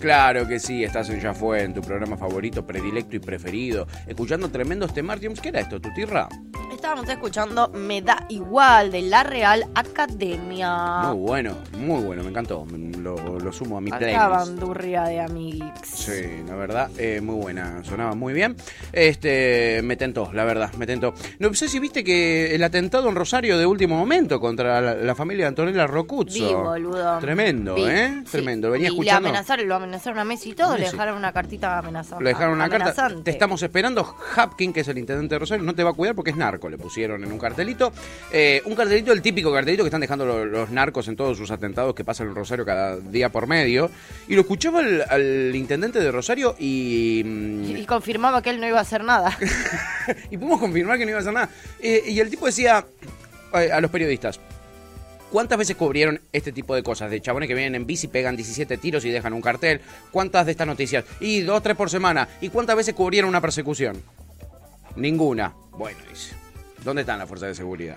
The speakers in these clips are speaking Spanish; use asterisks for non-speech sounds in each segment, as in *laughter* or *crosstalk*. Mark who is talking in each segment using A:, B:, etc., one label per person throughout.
A: Claro que sí, estás en Ya Fue, en tu programa favorito, predilecto y preferido, escuchando tremendos temartiums. ¿Qué era esto, tu tierra?
B: Estábamos escuchando Me da igual de la Real Academia.
A: Muy bueno, muy bueno, me encantó. Lo, lo sumo a mi
B: Ah. Acá
A: playlist.
B: bandurria de Amigix.
A: Sí, la verdad, eh, muy buena, sonaba muy bien. Este, me tentó, la verdad, me tentó. No sé si viste que el atentado en Rosario de último momento contra la, la familia de Antonella Rocuzzo.
B: Vi, boludo.
A: Tremendo,
B: Vi,
A: ¿eh?
B: sí.
A: Tremendo. Venía
B: y
A: escuchando.
B: Le amenazaron, lo amenazaron a Messi y todo, le
A: Messi.
B: dejaron una cartita amenazada.
A: Le dejaron una carta.
B: amenazante.
A: Te estamos esperando. Hapkin, que es el intendente de Rosario, no te va a cuidar porque es narco. Le pusieron en un cartelito. Eh, un cartelito, el típico cartelito que están dejando lo- los, narcos en todos sus atentados que pasan en Rosario cada día por medio. Y lo escuchaba al, al intendente de Rosario y. mm,
B: Y y confirmaba que él no iba a hacer nada.
A: y pudimos confirmar que no iba a hacer nada. Eh, y el tipo decía eh, a los periodistas. ¿Cuántas veces cubrieron este tipo de cosas? De chabones que vienen en bici, pegan 17 tiros y dejan un cartel. ¿Cuántas de estas noticias? Y dos, tres por semana. ¿Y cuántas veces cubrieron una persecución? Ninguna. Bueno, dice. ¿Dónde están las fuerzas de seguridad?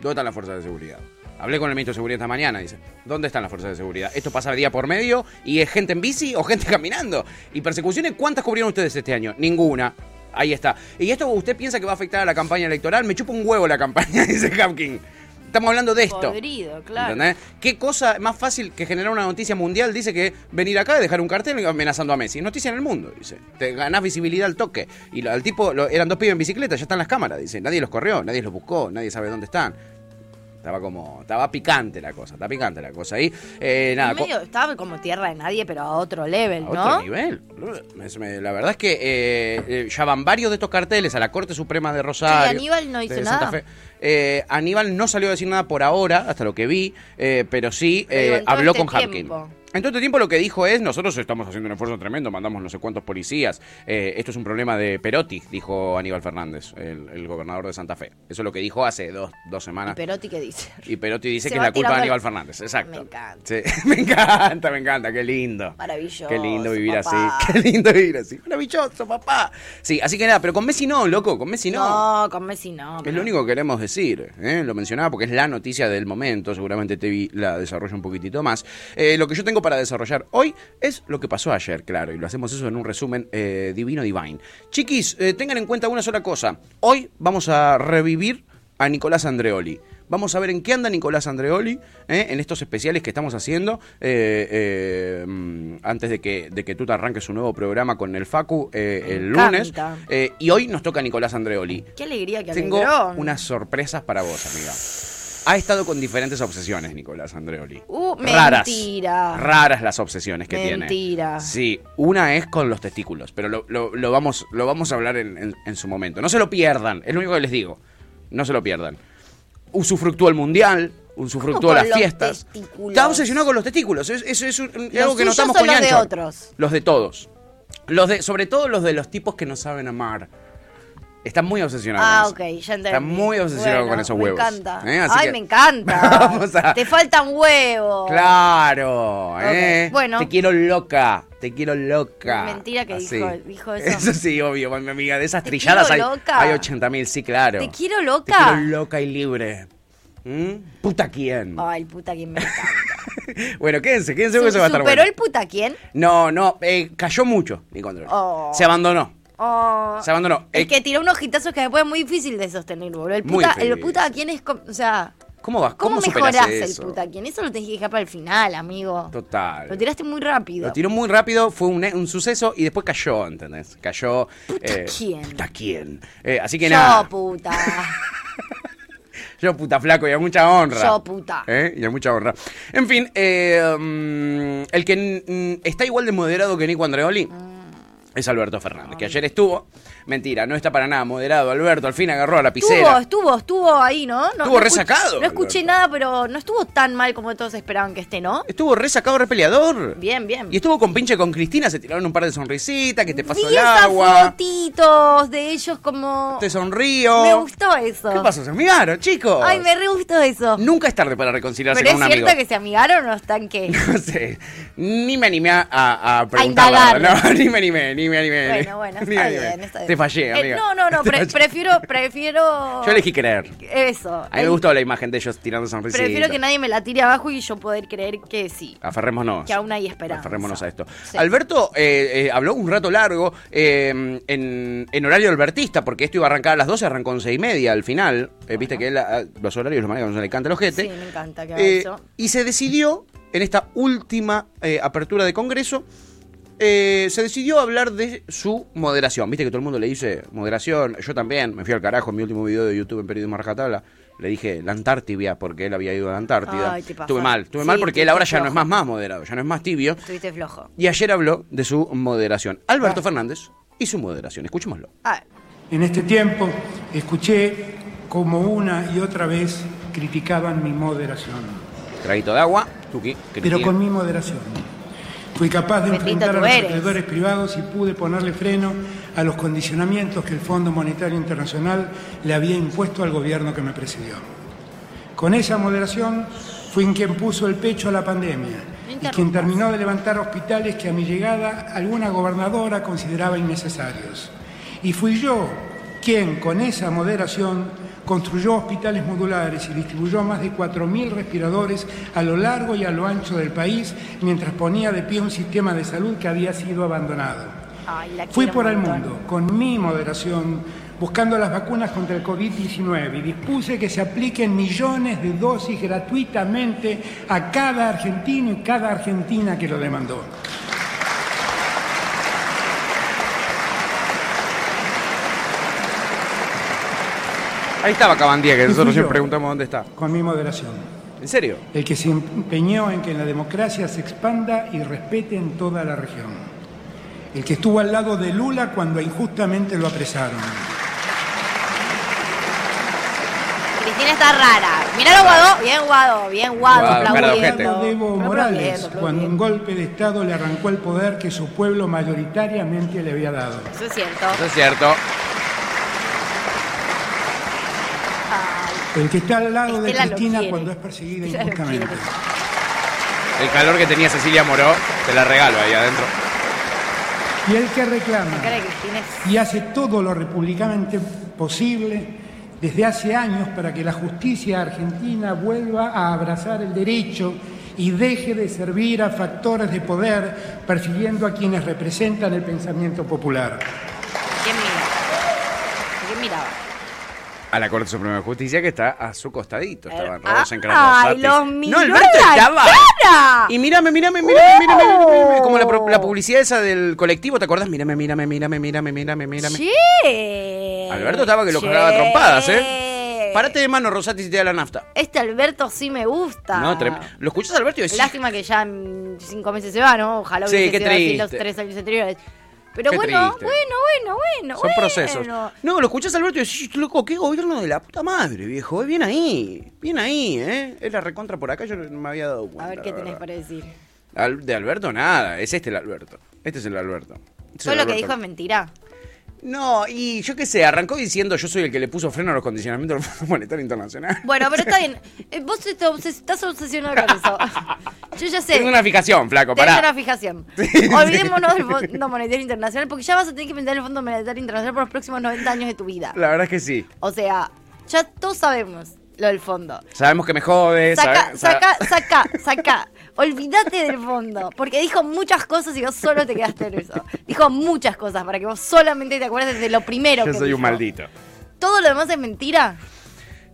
A: ¿Dónde están las fuerzas de seguridad? Hablé con el ministro de Seguridad esta mañana, dice. ¿Dónde están las fuerzas de seguridad? ¿Esto pasa día por medio? ¿Y es gente en bici o gente *laughs* caminando? ¿Y persecuciones? ¿Cuántas cubrieron ustedes este año? Ninguna. Ahí está. ¿Y esto usted piensa que va a afectar a la campaña electoral? Me chupa un huevo la campaña, *laughs* dice Hapkin. Estamos hablando de *laughs* esto.
B: Podrido, claro.
A: ¿Entendés? ¿Qué cosa más fácil que generar una noticia mundial dice que venir acá y dejar un cartel amenazando a Messi? Noticia en el mundo, dice. Te ganás visibilidad al toque. Y lo- al tipo, lo- eran dos pibes en bicicleta, ya están las cámaras, dice. Nadie los corrió, nadie los buscó, nadie sabe dónde están. Estaba como, estaba picante la cosa, está picante la cosa ahí. Eh, nada,
B: En
A: co-
B: medio, estaba como tierra de nadie, pero a otro level,
A: a
B: ¿no?
A: otro nivel. Me- me- La verdad es que eh, eh, ya van varios de estos carteles a la Corte Suprema de Rosario.
B: Sí, Aníbal no hizo
A: de Santa
B: nada.
A: Fe. Eh, Aníbal no salió a decir nada por ahora, hasta lo que vi, eh, pero sí
B: Pero digo,
A: eh,
B: en todo
A: habló
B: este
A: con Hapkin.
B: tiempo.
A: En todo este tiempo lo que dijo es, nosotros estamos haciendo un esfuerzo tremendo, mandamos no sé cuántos policías, eh, esto es un problema de Perotti, dijo Aníbal Fernández, el, el gobernador de Santa Fe. Eso es lo que dijo hace dos, dos
B: ¿Y
A: semanas.
B: Perotti qué dice?
A: Y Perotti dice
B: Se
A: que es
B: va
A: la culpa de
B: tirando
A: Aníbal
B: el-
A: Fernández, exacto.
B: Me encanta.
A: Sí, *laughs* me encanta, me encanta, qué lindo.
B: Maravilloso,
A: Qué lindo vivir
B: papá.
A: así, *laughs* qué lindo vivir así. Maravilloso, papá. Sí, así que nada, pero con Messi no, loco, con Messi no.
B: No, con Messi no.
A: Es lo único que queremos decir, ¿eh? lo mencionaba porque es la noticia del momento, seguramente Tevi la desarrolla un poquitito más. Eh, lo que yo tengo para desarrollar hoy es lo que pasó ayer, claro, y lo hacemos eso en un resumen eh, divino divine. Chiquis, eh, tengan en cuenta una sola cosa, hoy vamos a revivir a Nicolás Andreoli. Vamos a ver en qué anda Nicolás Andreoli ¿eh? en estos especiales que estamos haciendo. eh, eh, mm, antes de que, de que tú te arranques un nuevo programa con el Facu eh, el
B: Me
A: lunes.
B: encanta.
A: Eh, y hoy nos toca Nicolás Andreoli.
B: Qué alegría que
A: Tengo
B: alegrón.
A: unas sorpresas para vos, amiga. Ha estado con diferentes obsesiones, Nicolás Andreoli.
B: Uh, mentira.
A: Raras, raras las obsesiones que tiene.
B: Mentira.
A: Sí, una es con los testículos, pero lo, lo- lo vamos, lo vamos a hablar en, en- en su momento. No se lo pierdan, es lo único que les digo. No se lo pierdan. Usufructuó el mundial, usufructuó
B: *laughs* con
A: las
B: los
A: fiestas.
B: testículos?
A: Está obsesionado con los testículos. Es, es- es un- algo que
B: suyos
A: no estamos
B: o los de
A: cuñanchos.
B: otros?
A: Los de todos. Los de, sobre todo los de los tipos que no saben amar. Están muy obsesionados.
B: Ah,
A: con eso.
B: ok, ya entendí.
A: Están muy obsesionados
B: Bueno,
A: con esos
B: me
A: huevos.
B: encanta.
A: ¿eh? Así
B: Ay,
A: que-
B: me encanta.
A: *laughs* Vamos a-
B: Te faltan huevos.
A: Claro, ¿eh?
B: Ok, bueno.
A: Te quiero loca, te quiero loca.
B: Mentira que dijo-
A: *laughs*
B: dijo eso.
A: Eso sí, obvio, mi amiga. De esas
B: Te
A: trilladas hay,
B: quiero loca.
A: hay 80 mil, sí, claro.
B: Te quiero
A: Te quiero
B: loca.
A: loca y libre. ¿Mm? ¿Puta quién?
B: Ay, el puta quien me encanta.
A: *laughs* Bueno, quédense, quédense porque
B: Ah. Su-
A: eso va a estar bueno.
B: ¿Superó el puta quién?
A: No, no, eh, cayó mucho, Nicolás.
B: Oh.
A: Se abandonó.
B: Oh,
A: Se abandonó.
B: El
A: Eh,
B: que tiró unos hitazos que después es muy difícil de sostener, boludo. El
A: Muy
B: puta, el
A: difícil.
B: puta a quién es. com- O sea,
A: ¿Cómo vas?
B: ¿cómo,
A: ¿Cómo, superás
B: mejorás el
A: eso?
B: puta a quién? Eso lo tenés que dejar para el final, amigo.
A: Total.
B: Lo tiraste muy rápido.
A: Lo tiró muy rápido, fue un, un suceso y después cayó, ¿entendés? Cayó. eh,
B: Puta quién.
A: Puta quién. Eh, así que
B: Yo,
A: nada. *laughs*
B: puta.
A: Yo, puta flaco, y a mucha honra.
B: Yo, puta.
A: ¿Eh? Y a mucha honra. En fin, eh, mm, el que mm, está igual de moderado que Nico Andreoli
B: Mm.
A: es Alberto Fernández, que ayer estuvo. Mentira, no está para nada moderado. Alberto al fin agarró a la
B: estuvo,
A: piscera.
B: estuvo, estuvo ahí, ¿no? no
A: Estuvo
B: no
A: re
B: escuch-
A: sacado,
B: No escuché
A: Alberto.
B: nada, pero no estuvo tan mal como todos esperaban que esté, ¿no?
A: Estuvo re sacado, re peleador.
B: Bien, bien.
A: Y estuvo con pinche con Cristina, se tiraron un par de sonrisitas, que te pasó
B: Vi
A: el
B: esas
A: agua.
B: fotitos de ellos como.
A: Te sonrío.
B: Me gustó eso.
A: ¿Qué pasó? Se amigaron, chicos.
B: Ay, me re gustó eso.
A: Nunca es tarde para reconciliarse
B: pero es
A: con un
B: cierto
A: amigo.
B: que
A: *laughs*
B: se *laughs* amigaron o están qué.
A: No sé, ni me animé a, a preguntar. la
B: indagar.
A: verdad. No, *laughs* ni me animé, ni ni me animé.
B: Bueno,
A: *laughs*
B: bueno,
A: Ni me
B: está
A: animé.
B: bien, está bien.
A: Te fallé,
B: Eh,
A: amiga.
B: no, no,
A: *laughs*
B: no,
A: Te
B: pre-
A: fallé.
B: prefiero, prefiero...
A: Yo elegí creer.
B: Eso.
A: A mí me
B: el-
A: gustó la imagen de ellos tirando sonrisitas.
B: Prefiero que nadie me la tire abajo y yo poder creer que sí.
A: Aferrémonos.
B: Que aún hay esperanza.
A: Aferrémonos a esto.
B: Sí.
A: Alberto eh, eh, habló un rato largo eh, en, en horario albertista, porque esto iba a arrancar a las 12, arrancó en 6 y media al final. Eh, Viste que él, ah, los horarios los maneja, no se le canta el ojete.
B: Sí, me encanta que haga
A: Eh,
B: eso.
A: Y se decidió, en esta última eh, apertura de Congreso, eh, se decidió hablar de su moderación. Viste que todo el mundo le dice moderación. Yo también me fui al carajo en mi último video de YouTube en Periodismo Rajatabla. Le dije la Antártida porque él había ido a la Antártida.
B: Ay, te pasa.
A: Estuve mal, estuve
B: Sí,
A: mal porque él
B: te-
A: ahora
B: te
A: ya no es más,
B: flojo.
A: más moderado, ya no es más tibio.
B: Estuviste flojo.
A: Y ayer habló de su moderación. Alberto
B: Bueno.
A: Fernández y su moderación. Escuchémoslo.
B: Ah,
C: En este tiempo escuché como una y otra vez criticaban mi moderación,
A: Traguito de agua, Tuki, Cristina.
C: pero con mi moderación. Fui capaz de
B: Pepito,
C: enfrentar
B: tú
C: a los
B: eres.
C: acreedores privados y pude ponerle freno a los condicionamientos que el Fondo Monetario Internacional le había impuesto al gobierno que me presidió. Con esa moderación fui quien puso el pecho a la pandemia y quien terminó de levantar hospitales que a mi llegada alguna gobernadora consideraba innecesarios. Y fui yo quien, con esa moderación, construyó hospitales modulares y distribuyó más de 4.000 respiradores a lo largo y a lo ancho del país mientras ponía de pie un sistema de salud que había sido abandonado.
B: ay, la
C: Fui
B: quiero
C: por
B: un
C: el
B: montón.
C: mundo, con mi moderación, buscando las vacunas contra el COVID-19 y dispuse que se apliquen millones de dosis gratuitamente a cada argentino y cada argentina que lo demandó.
A: Ahí estaba Cabandía, que
C: Y
A: nosotros
C: fui
A: siempre
C: yo.
A: preguntamos dónde está.
C: Con mi moderación.
A: ¿En serio?
C: el que se empeñó en que la democracia se expanda y respete en toda la región, el que estuvo al lado de Lula cuando injustamente lo apresaron,
B: Cristina está rara. Mirá lo guado. Bien guado, bien guado.
A: Guado, cara de
C: al
A: ojete.
B: aplaudiendo.
C: lado de Evo
B: Pero
C: Morales
B: aplaudiendo,
C: cuando un
B: aplaudiendo.
C: golpe de Estado le arrancó el poder que su pueblo mayoritariamente le había dado.
B: Eso es cierto.
A: Eso es cierto.
C: El que está al lado de
B: Estela Este lo
C: Cristina
B: quiere.
C: cuando es perseguida
B: Estela lo
C: injustamente.
B: quiere.
A: El calor que tenía Cecilia Moró, te la regalo ahí adentro.
C: Y el que reclama
B: La cara de Cristina es...
C: y hace todo lo republicanamente posible desde hace años para que la justicia argentina vuelva a abrazar el derecho y deje de servir a factores de poder persiguiendo a quienes representan el pensamiento popular.
B: ¿Quién mira? ¿Quién miraba?
A: A la Corte Suprema de Justicia que está a su costadito. Estaban
B: Ah,
A: Rodos en Krasnostati.
B: ay, los
A: No,
B: miró
A: Alberto
B: en la
A: estaba.
B: cara.
A: Y mírame, mírame, mírame, mírame, mírame, mírame.
B: ¡Oh!
A: Como la, pro- la publicidad esa del colectivo, ¿te acordás? Mírame, mírame, mírame, mírame, mírame, mírame.
B: Che.
A: Alberto estaba que lo
B: Che.
A: cagaba a trompadas, ¿eh? Párate de mano, Rosati, si te da la nafta.
B: Este Alberto sí me gusta.
A: No, trem- ¿Lo escuchás, Alberto? Y decís,
B: Lástima que ya en cinco meses se va, ¿no? Ojalá
A: Sí,
B: hubiese
A: qué
B: sido así
A: triste.
B: los tres años anteriores. Pero
A: Qué
B: bueno,
A: triste.
B: bueno, bueno, bueno.
A: Son
B: bueno.
A: procesos. No, lo escuchás Alberto y decís, loco, qué gobierno de la puta madre, viejo. Eh, Bien ahí, bien ahí, ¿eh? Es la recontra por acá, yo no me había dado cuenta.
B: A ver qué
A: la
B: tenés
A: verdad.
B: para decir.
A: Al- de Alberto nada, es este el Alberto. Este es el Alberto. Este es
B: Todo
A: el
B: lo que
A: Alberto.
B: dijo es mentira.
A: No, y yo qué sé, arrancó diciendo yo soy el que le puso freno a los condicionamientos del Fondo Monetario Internacional.
B: Bueno, pero está bien. Eh, Vos te obses- estás obsesionado con eso.
A: *laughs*
B: Yo ya sé.
A: Tengo una fijación, flaco,
B: Tengo
A: pará. *laughs*
B: una fijación. Olvidémonos del Fondo Monetario Internacional porque ya vas a tener que pensar en el Fondo Monetario Internacional por los próximos 90 años de tu vida.
A: La verdad es que sí.
B: O sea, ya todos sabemos lo del fondo.
A: Sabemos que me jode,
B: Saca,
A: sabe- sabe-
B: saca, saca, saca. Olvídate del fondo, porque dijo muchas cosas y vos solo te quedaste en eso. Dijo muchas cosas para que vos solamente te acuerdes de lo primero
A: Yo
B: que
A: soy un
B: dijo.
A: maldito.
B: ¿Todo lo demás es mentira?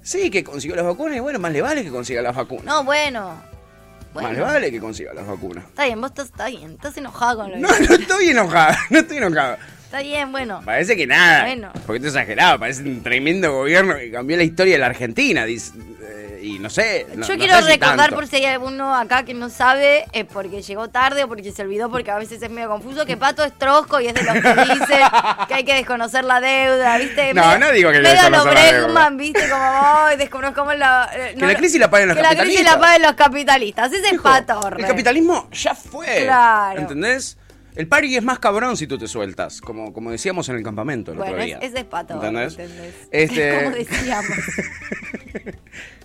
A: Sí, que consiguió las vacunas y bueno, más le vale que consiga las vacunas.
B: No, bueno. Bueno,
A: Más le vale que consiga las vacunas.
B: está bien, vos estás, está bien, estás enojado con lo que
A: No, no estoy enojado, *laughs* no estoy enojado.
B: Está bien, bueno.
A: Parece que nada.
B: Bueno.
A: Porque esto es exagerado, parece un tremendo gobierno que cambió la historia de la Argentina. dice, eh, y no sé. no-
B: Yo
A: no
B: quiero
A: sé si
B: recordar,
A: tanto.
B: por si hay alguno acá que no sabe, eh, porque llegó tarde o porque se olvidó, porque a veces es medio confuso, que Pato es trosco y es de los que
A: *laughs*
B: dice que hay que desconocer la deuda, ¿viste?
A: No, no digo que hay que
B: medio lo
A: desconocer la deuda.
B: Bregman, ¿viste? Como, ay, desconozcamos la... eh,
A: Que la crisis la paguen los
B: que la crisis
A: capitalistas.
B: la paguen los capitalistas. Ese es
A: Hijo,
B: Pato,
A: El
B: re.
A: capitalismo ya fue.
B: Claro.
A: ¿Entendés? El pari es más cabrón si tú te sueltas, como, como decíamos en el campamento el
B: Bueno,
A: otro
B: es-
A: día.
B: *laughs* ese es Pato,
A: Este- ¿Entendés? *laughs*
B: ¿entendés?
A: Este,
B: Como decíamos.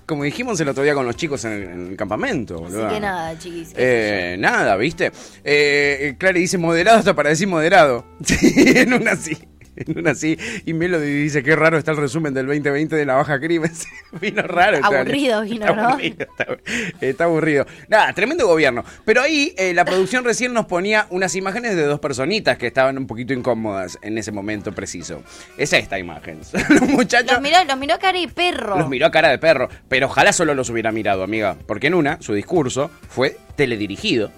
A: como dijimos el otro día con los chicos en el, en el campamento.
B: Así
A: boluda.
B: que nada, chiquis.
A: Eh, nada, ¿viste? Eh, Clary dice moderado hasta para decir moderado. *laughs* Sí, en una sí. En una sí. Y Melody dice, qué raro está el resumen del 2020 de la baja crimen. *laughs* Sí, vino raro. está-
B: Aburrido vino,
A: está
B: ¿no?
A: Aburrido, está, está aburrido. Nada, tremendo gobierno. Pero ahí eh, la producción recién nos ponía unas imágenes de dos personitas que estaban un poquito incómodas en ese momento preciso. Es esta imagen. *laughs* Los muchachos...
B: Los miró, los miró cara y perro.
A: Los miró a cara de perro, pero ojalá solo los hubiera mirado, amiga, porque en una, su discurso fue teledirigido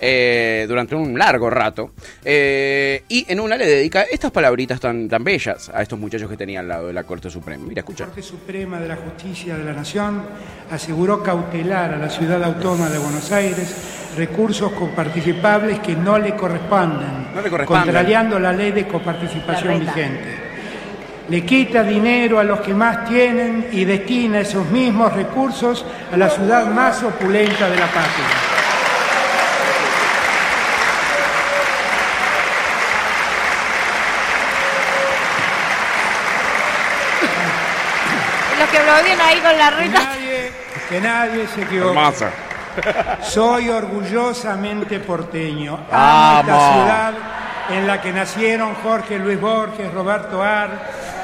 A: eh, durante un largo rato, eh, y en una le dedica estas palabritas tan, tan bellas a estos muchachos que tenía al lado de la Corte Suprema. Mira,
C: La
A: escucha.
C: Corte Suprema de la Justicia de la Nación aseguró cautelar a la ciudad autónoma de Buenos Aires recursos coparticipables que no le corresponden,
A: No le corresponden.
C: contrariando la ley de coparticipación
B: La reta.
C: vigente. Le quita dinero a los que más tienen y destina esos mismos recursos a la ciudad más opulenta de la patria.
B: Los que aplaudían ahí con la
C: Que
B: reta.
C: nadie, que nadie se equivoque.
A: Hermosa.
C: Soy orgullosamente porteño. Amo
A: Vamos.
C: esta ciudad en la que nacieron Jorge Luis Borges, Roberto Ar,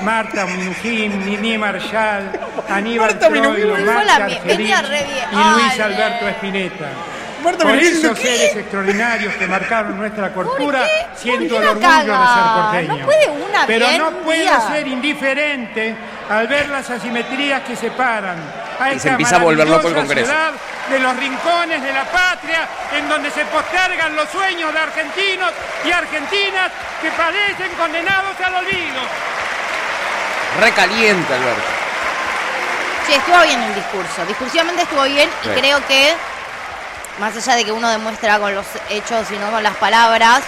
C: Marta Minujín, Nini Marshall, Aníbal
A: Marta Minujín.
C: Troilo,
B: Me fue la
C: Marta
B: bien-
C: Argerich
B: venía re bien.
C: y Luis
B: Ale.
C: Alberto Espineta.
A: Marta
C: Por
A: Minujín,
C: esos
A: ¿qué?
C: seres extraordinarios que marcaron nuestra cultura,
B: qué? ¿Por
C: siento
B: qué
C: el
B: la
C: orgullo
B: caga?
C: de ser porteño.
B: No puede una
C: Pero
B: bien
C: no
B: un
C: puedo
B: día.
C: ser indiferente al ver las asimetrías que separan a
A: Y se
C: esta
A: empieza a volver loco el
C: maravillosa
A: Congreso.
C: ciudad de los rincones de la patria en donde se postergan los sueños de argentinos y argentinas que padecen condenados al olvido.
A: Recalienta, Alberto.
B: Sí, estuvo bien el discurso. Discursivamente estuvo bien y
A: Sí.
B: creo que, más allá de que uno demuestra con los hechos y no con las palabras,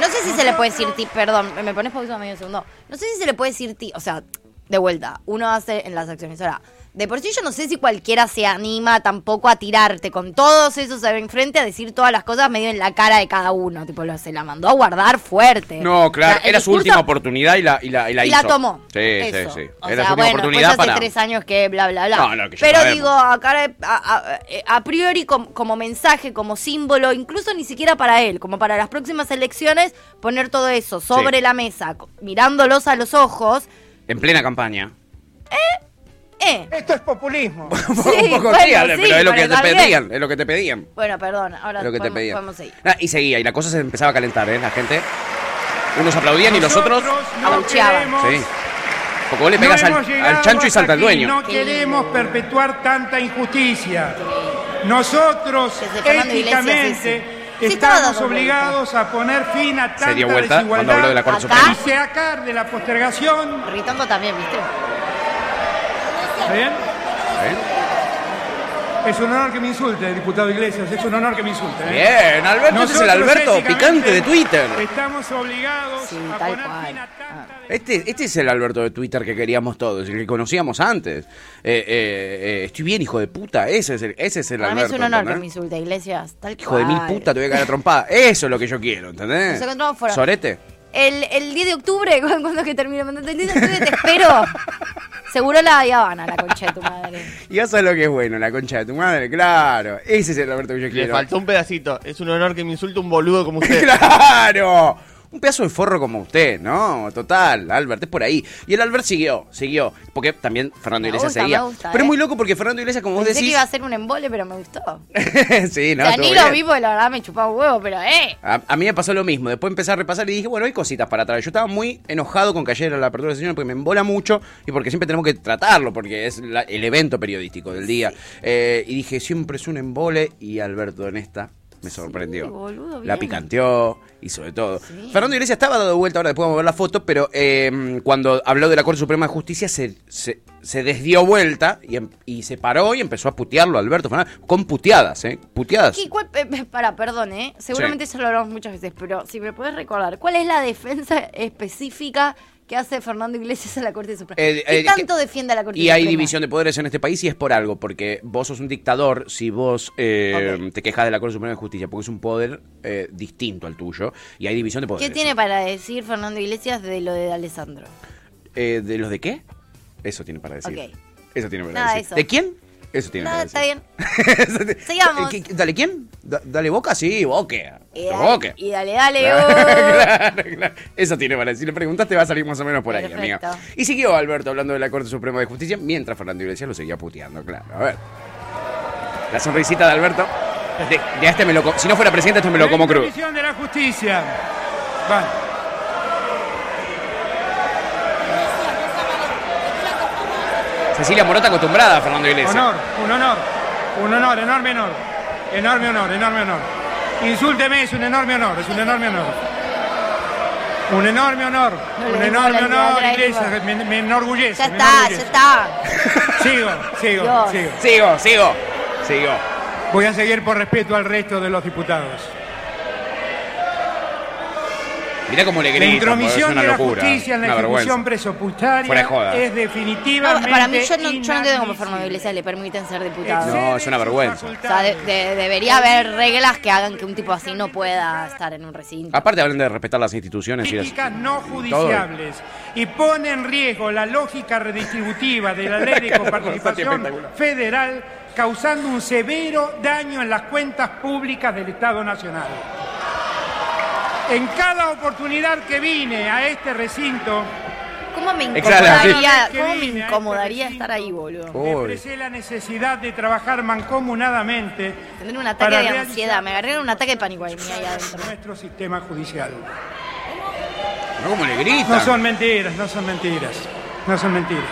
B: no sé si se le puede decir ti, perdón, ¿me- me pones pausa medio segundo. No sé si se le puede decir ti, o sea, de vuelta, uno hace en las acciones. Ahora, de por sí yo no sé si cualquiera se anima tampoco a tirarte con todos esos enfrente a decir todas las cosas medio en la cara de cada uno. Tipo, lo, se la mandó a guardar fuerte.
A: No, claro,
B: O sea, Eh, el
A: era su
B: discurso-
A: última oportunidad y la, y la, y la
B: y
A: hizo.
B: la tomó.
A: Sí,
B: Eso.
A: sí, sí.
B: O
A: Era
B: sea,
A: su última
B: bueno, pues
A: oportunidad
B: después
A: para...
B: hace tres años que bla, bla, bla.
A: No, no, que ya
B: Pero
A: sabemos.
B: digo, a cara- a- a- eh, a priori com- como mensaje, como símbolo, incluso ni siquiera para él, como para las próximas elecciones, poner todo eso sobre
A: Sí.
B: la mesa, co- mirándolos a los ojos.
A: En plena campaña. *laughs*
B: Eh.
C: Esto es populismo.
A: un poco
B: bueno,
A: sí, Ale,
B: sí,
A: pero es lo que
B: pero
A: te
B: también.
A: pedían, es lo que te pedían.
B: Bueno, perdón, ahora
A: Es lo que te
B: podemos,
A: pedían.
B: podemos seguir.
A: Ah, y seguía, y la cosa se empezaba a calentar, ¿eh? La gente. Unos aplaudían y los otros.
C: no
B: abucheaban.
C: queremos-
A: Sí. Porque vos le
C: no
A: pegas al,
C: hemos llegado
A: al chancho y
C: hasta
A: salta el
C: aquí,
A: dueño.
C: No queremos perpetuar tanta injusticia. Nosotros,
B: Desde Fernando Iglesias, sí,
C: éticamente,
B: sí. Sí, estaba
C: estamos
B: dando
C: obligados a poner fin a
A: Se
C: tanta
A: dio vuelta cuando habló de la
C: desigualdad
A: Corte
B: Acá.
A: Suprema.
C: y sacar de la postergación.
B: Ritondo también, ¿viste?
C: ¿Está bien?
A: ¿Eh?
C: Es un honor que me insulte, diputado Iglesias, es un honor que me insulte. ¿eh?
A: Bien, Alberto, este es el
C: Nosotros,
A: Alberto
C: éticamente,
A: picante de Twitter.
C: Estamos obligados
B: Sí,
C: a
B: tal
C: poner
B: cual.
C: fin a
B: Ah.
C: tanta
A: Este, este es el Alberto de Twitter que queríamos todos, el que conocíamos antes. Eh, eh, eh, estoy bien, hijo de puta. Ese es el, ese es el
B: Para mí es
A: Alberto.
B: un honor que
A: ¿entendés?
B: me insulte, Iglesias. Tal
A: Hijo de mil
B: cual.
A: puta, te voy a caer a trompada. Eso es lo que yo quiero, ¿entendés?
B: Nos encontramos fuera.
A: Sorete.
B: El, el 10 de octubre, *laughs* cu- cuando es que termine el mandato? El 10 de octubre te
A: *laughs*
B: espero. Seguro la de Habana, la concha de tu madre.
A: Y eso es lo que es bueno, la concha de tu madre, claro. Ese es el Alberto que yo
D: Le
A: quiero.
D: faltó un pedacito. Es un honor que me insulte un boludo como usted.
A: *laughs* ¡Claro! Un pedazo de forro como usted, ¿no? Total, Albert, es por ahí. Y el Albert siguió, siguió. Porque también Fernando
B: Me
A: Iglesias
B: gusta,
A: seguía.
B: me gusta,
A: pero es
B: eh.
A: muy loco porque Fernando Iglesias, como vos
B: Pensé que
A: decís.
B: iba a ser un embole, pero me gustó.
A: *laughs* sí, no,
B: o sea,
A: estuvo
B: ni lo
A: bien.
B: vi porque la verdad me chupaba un huevo, pero ¡eh!
A: A, a mí me pasó lo mismo. Después empecé a repasar y dije, bueno, hay cositas para atrás. Yo estaba muy enojado con que ayer era la apertura de señor porque me embola mucho y porque siempre tenemos que tratarlo, porque es la- el evento periodístico del día. Eh, y dije, siempre es un embole y Alberto en esta me sorprendió.
B: boludo,
A: la
B: bien.
A: picanteó, hizo de todo.
B: Sí.
A: Fernando Iglesias estaba dado vuelta, ahora después vamos a ver la foto, pero eh, cuando habló de la Corte Suprema de Justicia se, se, se desdió vuelta y, em- y se paró y empezó a putearlo a Alberto Fernández, con puteadas, ¿eh? Puteadas.
B: ¿Qué, cuál- pe- pe- para, perdón, ¿eh? Seguramente ya lo hablamos muchas veces, pero si me puedes recordar, ¿cuál es la defensa específica que hace Fernando Iglesias a la Corte Suprema?
A: Eh,
B: ¿Qué
A: eh,
B: tanto
A: que-
B: defiende a la Corte
A: Y
B: Suprema?
A: hay división de poderes en este país y es por algo, porque vos sos un dictador si vos eh,
B: Ok.
A: te quejas de la Corte Suprema de Justicia, porque es un poder eh, distinto al tuyo y hay división de poderes.
B: ¿Qué tiene para decir Fernando Iglesias de lo de Alessandro?
A: Eh, ¿De los de qué? Eso tiene para decir.
B: Ok.
A: Eso tiene para
B: Nada,
A: decir.
B: eso.
A: ¿De quién? Eso tiene
B: Nada,
A: que *laughs*
B: está
A: decir.
B: bien.
A: Eso te-
B: Sigamos.
A: ¿Qui- qui- ¿Dale quién? Da- ¿Dale Boca? Sí, Boca.
B: Y Eh, dale,
A: Boca.
B: y dale, dale,
A: *laughs*
B: oh.
A: Claro, claro. Eso tiene para decir. Si le preguntaste, va a salir más o menos por ahí,
B: Perfecto.
A: amiga. Y siguió Alberto hablando de la Corte Suprema de Justicia mientras Fernando Iglesias lo seguía puteando, claro. A ver. La sonrisita de Alberto. De, de a este me lo co- Si no fuera presidente, esto me lo como
C: La
A: cruz.
C: Comisión de la Justicia. Va.
A: Cecilia Morota acostumbrada a Fernando Iglesias.
C: Honor, un honor, un honor, enorme honor, enorme honor, enorme honor. Insúlteme, es un enorme honor, es un enorme honor. Un enorme honor,
B: No le
C: un
B: dimos
C: enorme
B: la
C: honor,
B: otra
C: Iglesias,
B: época.
C: me, me enorgullece.
B: Ya
C: me
B: está, ya
C: enorgullece.
B: está.
C: Sigo, sigo,
B: Dios.
C: sigo.
A: Sigo, sigo. Sigo.
C: Voy a seguir por respeto al resto de los diputados.
A: Mirá cómo le
C: La
A: grita. porque es
C: intromisión
A: una
C: de la
A: locura.
C: justicia en la
A: una
C: ejecución
A: vergüenza. Fuera de
C: presupuestaria
A: joda.
C: es
B: No,
C: definitivamente
B: para mí, yo no, yo no entiendo cómo Fernando
C: inadmisible.
B: Iglesias le permiten ser diputado.
A: No, es una
C: sus
A: vergüenza.
B: O sea, de-
C: facultades.
B: de- debería haber reglas que hagan que un tipo así no pueda estar en un recinto.
A: Aparte hablan de respetar las instituciones y las...
C: políticas
A: y
C: no
A: todo.
C: judiciables y pone en riesgo la lógica redistributiva de
A: *laughs*
C: la ley de coparticipación
A: Espectacular.
C: federal, causando un severo daño en las cuentas públicas del Estado Nacional. En cada oportunidad que vine a este recinto,
B: ¿Cómo me
A: Exacto, Oh.
B: incomodaría,
C: sí.
B: cómo me incomodaría estar ahí, boludo?
A: Uy.
C: este expresé la necesidad de trabajar mancomunadamente
B: Tendría un ataque
C: para
B: de
C: realizar
B: ansiedad, me agarraría un ataque de pánico ahí, mira, ahí adentro.
C: nuestro sistema judicial.
A: No, cómo le gritan.
C: No son mentiras, no son mentiras, no son mentiras.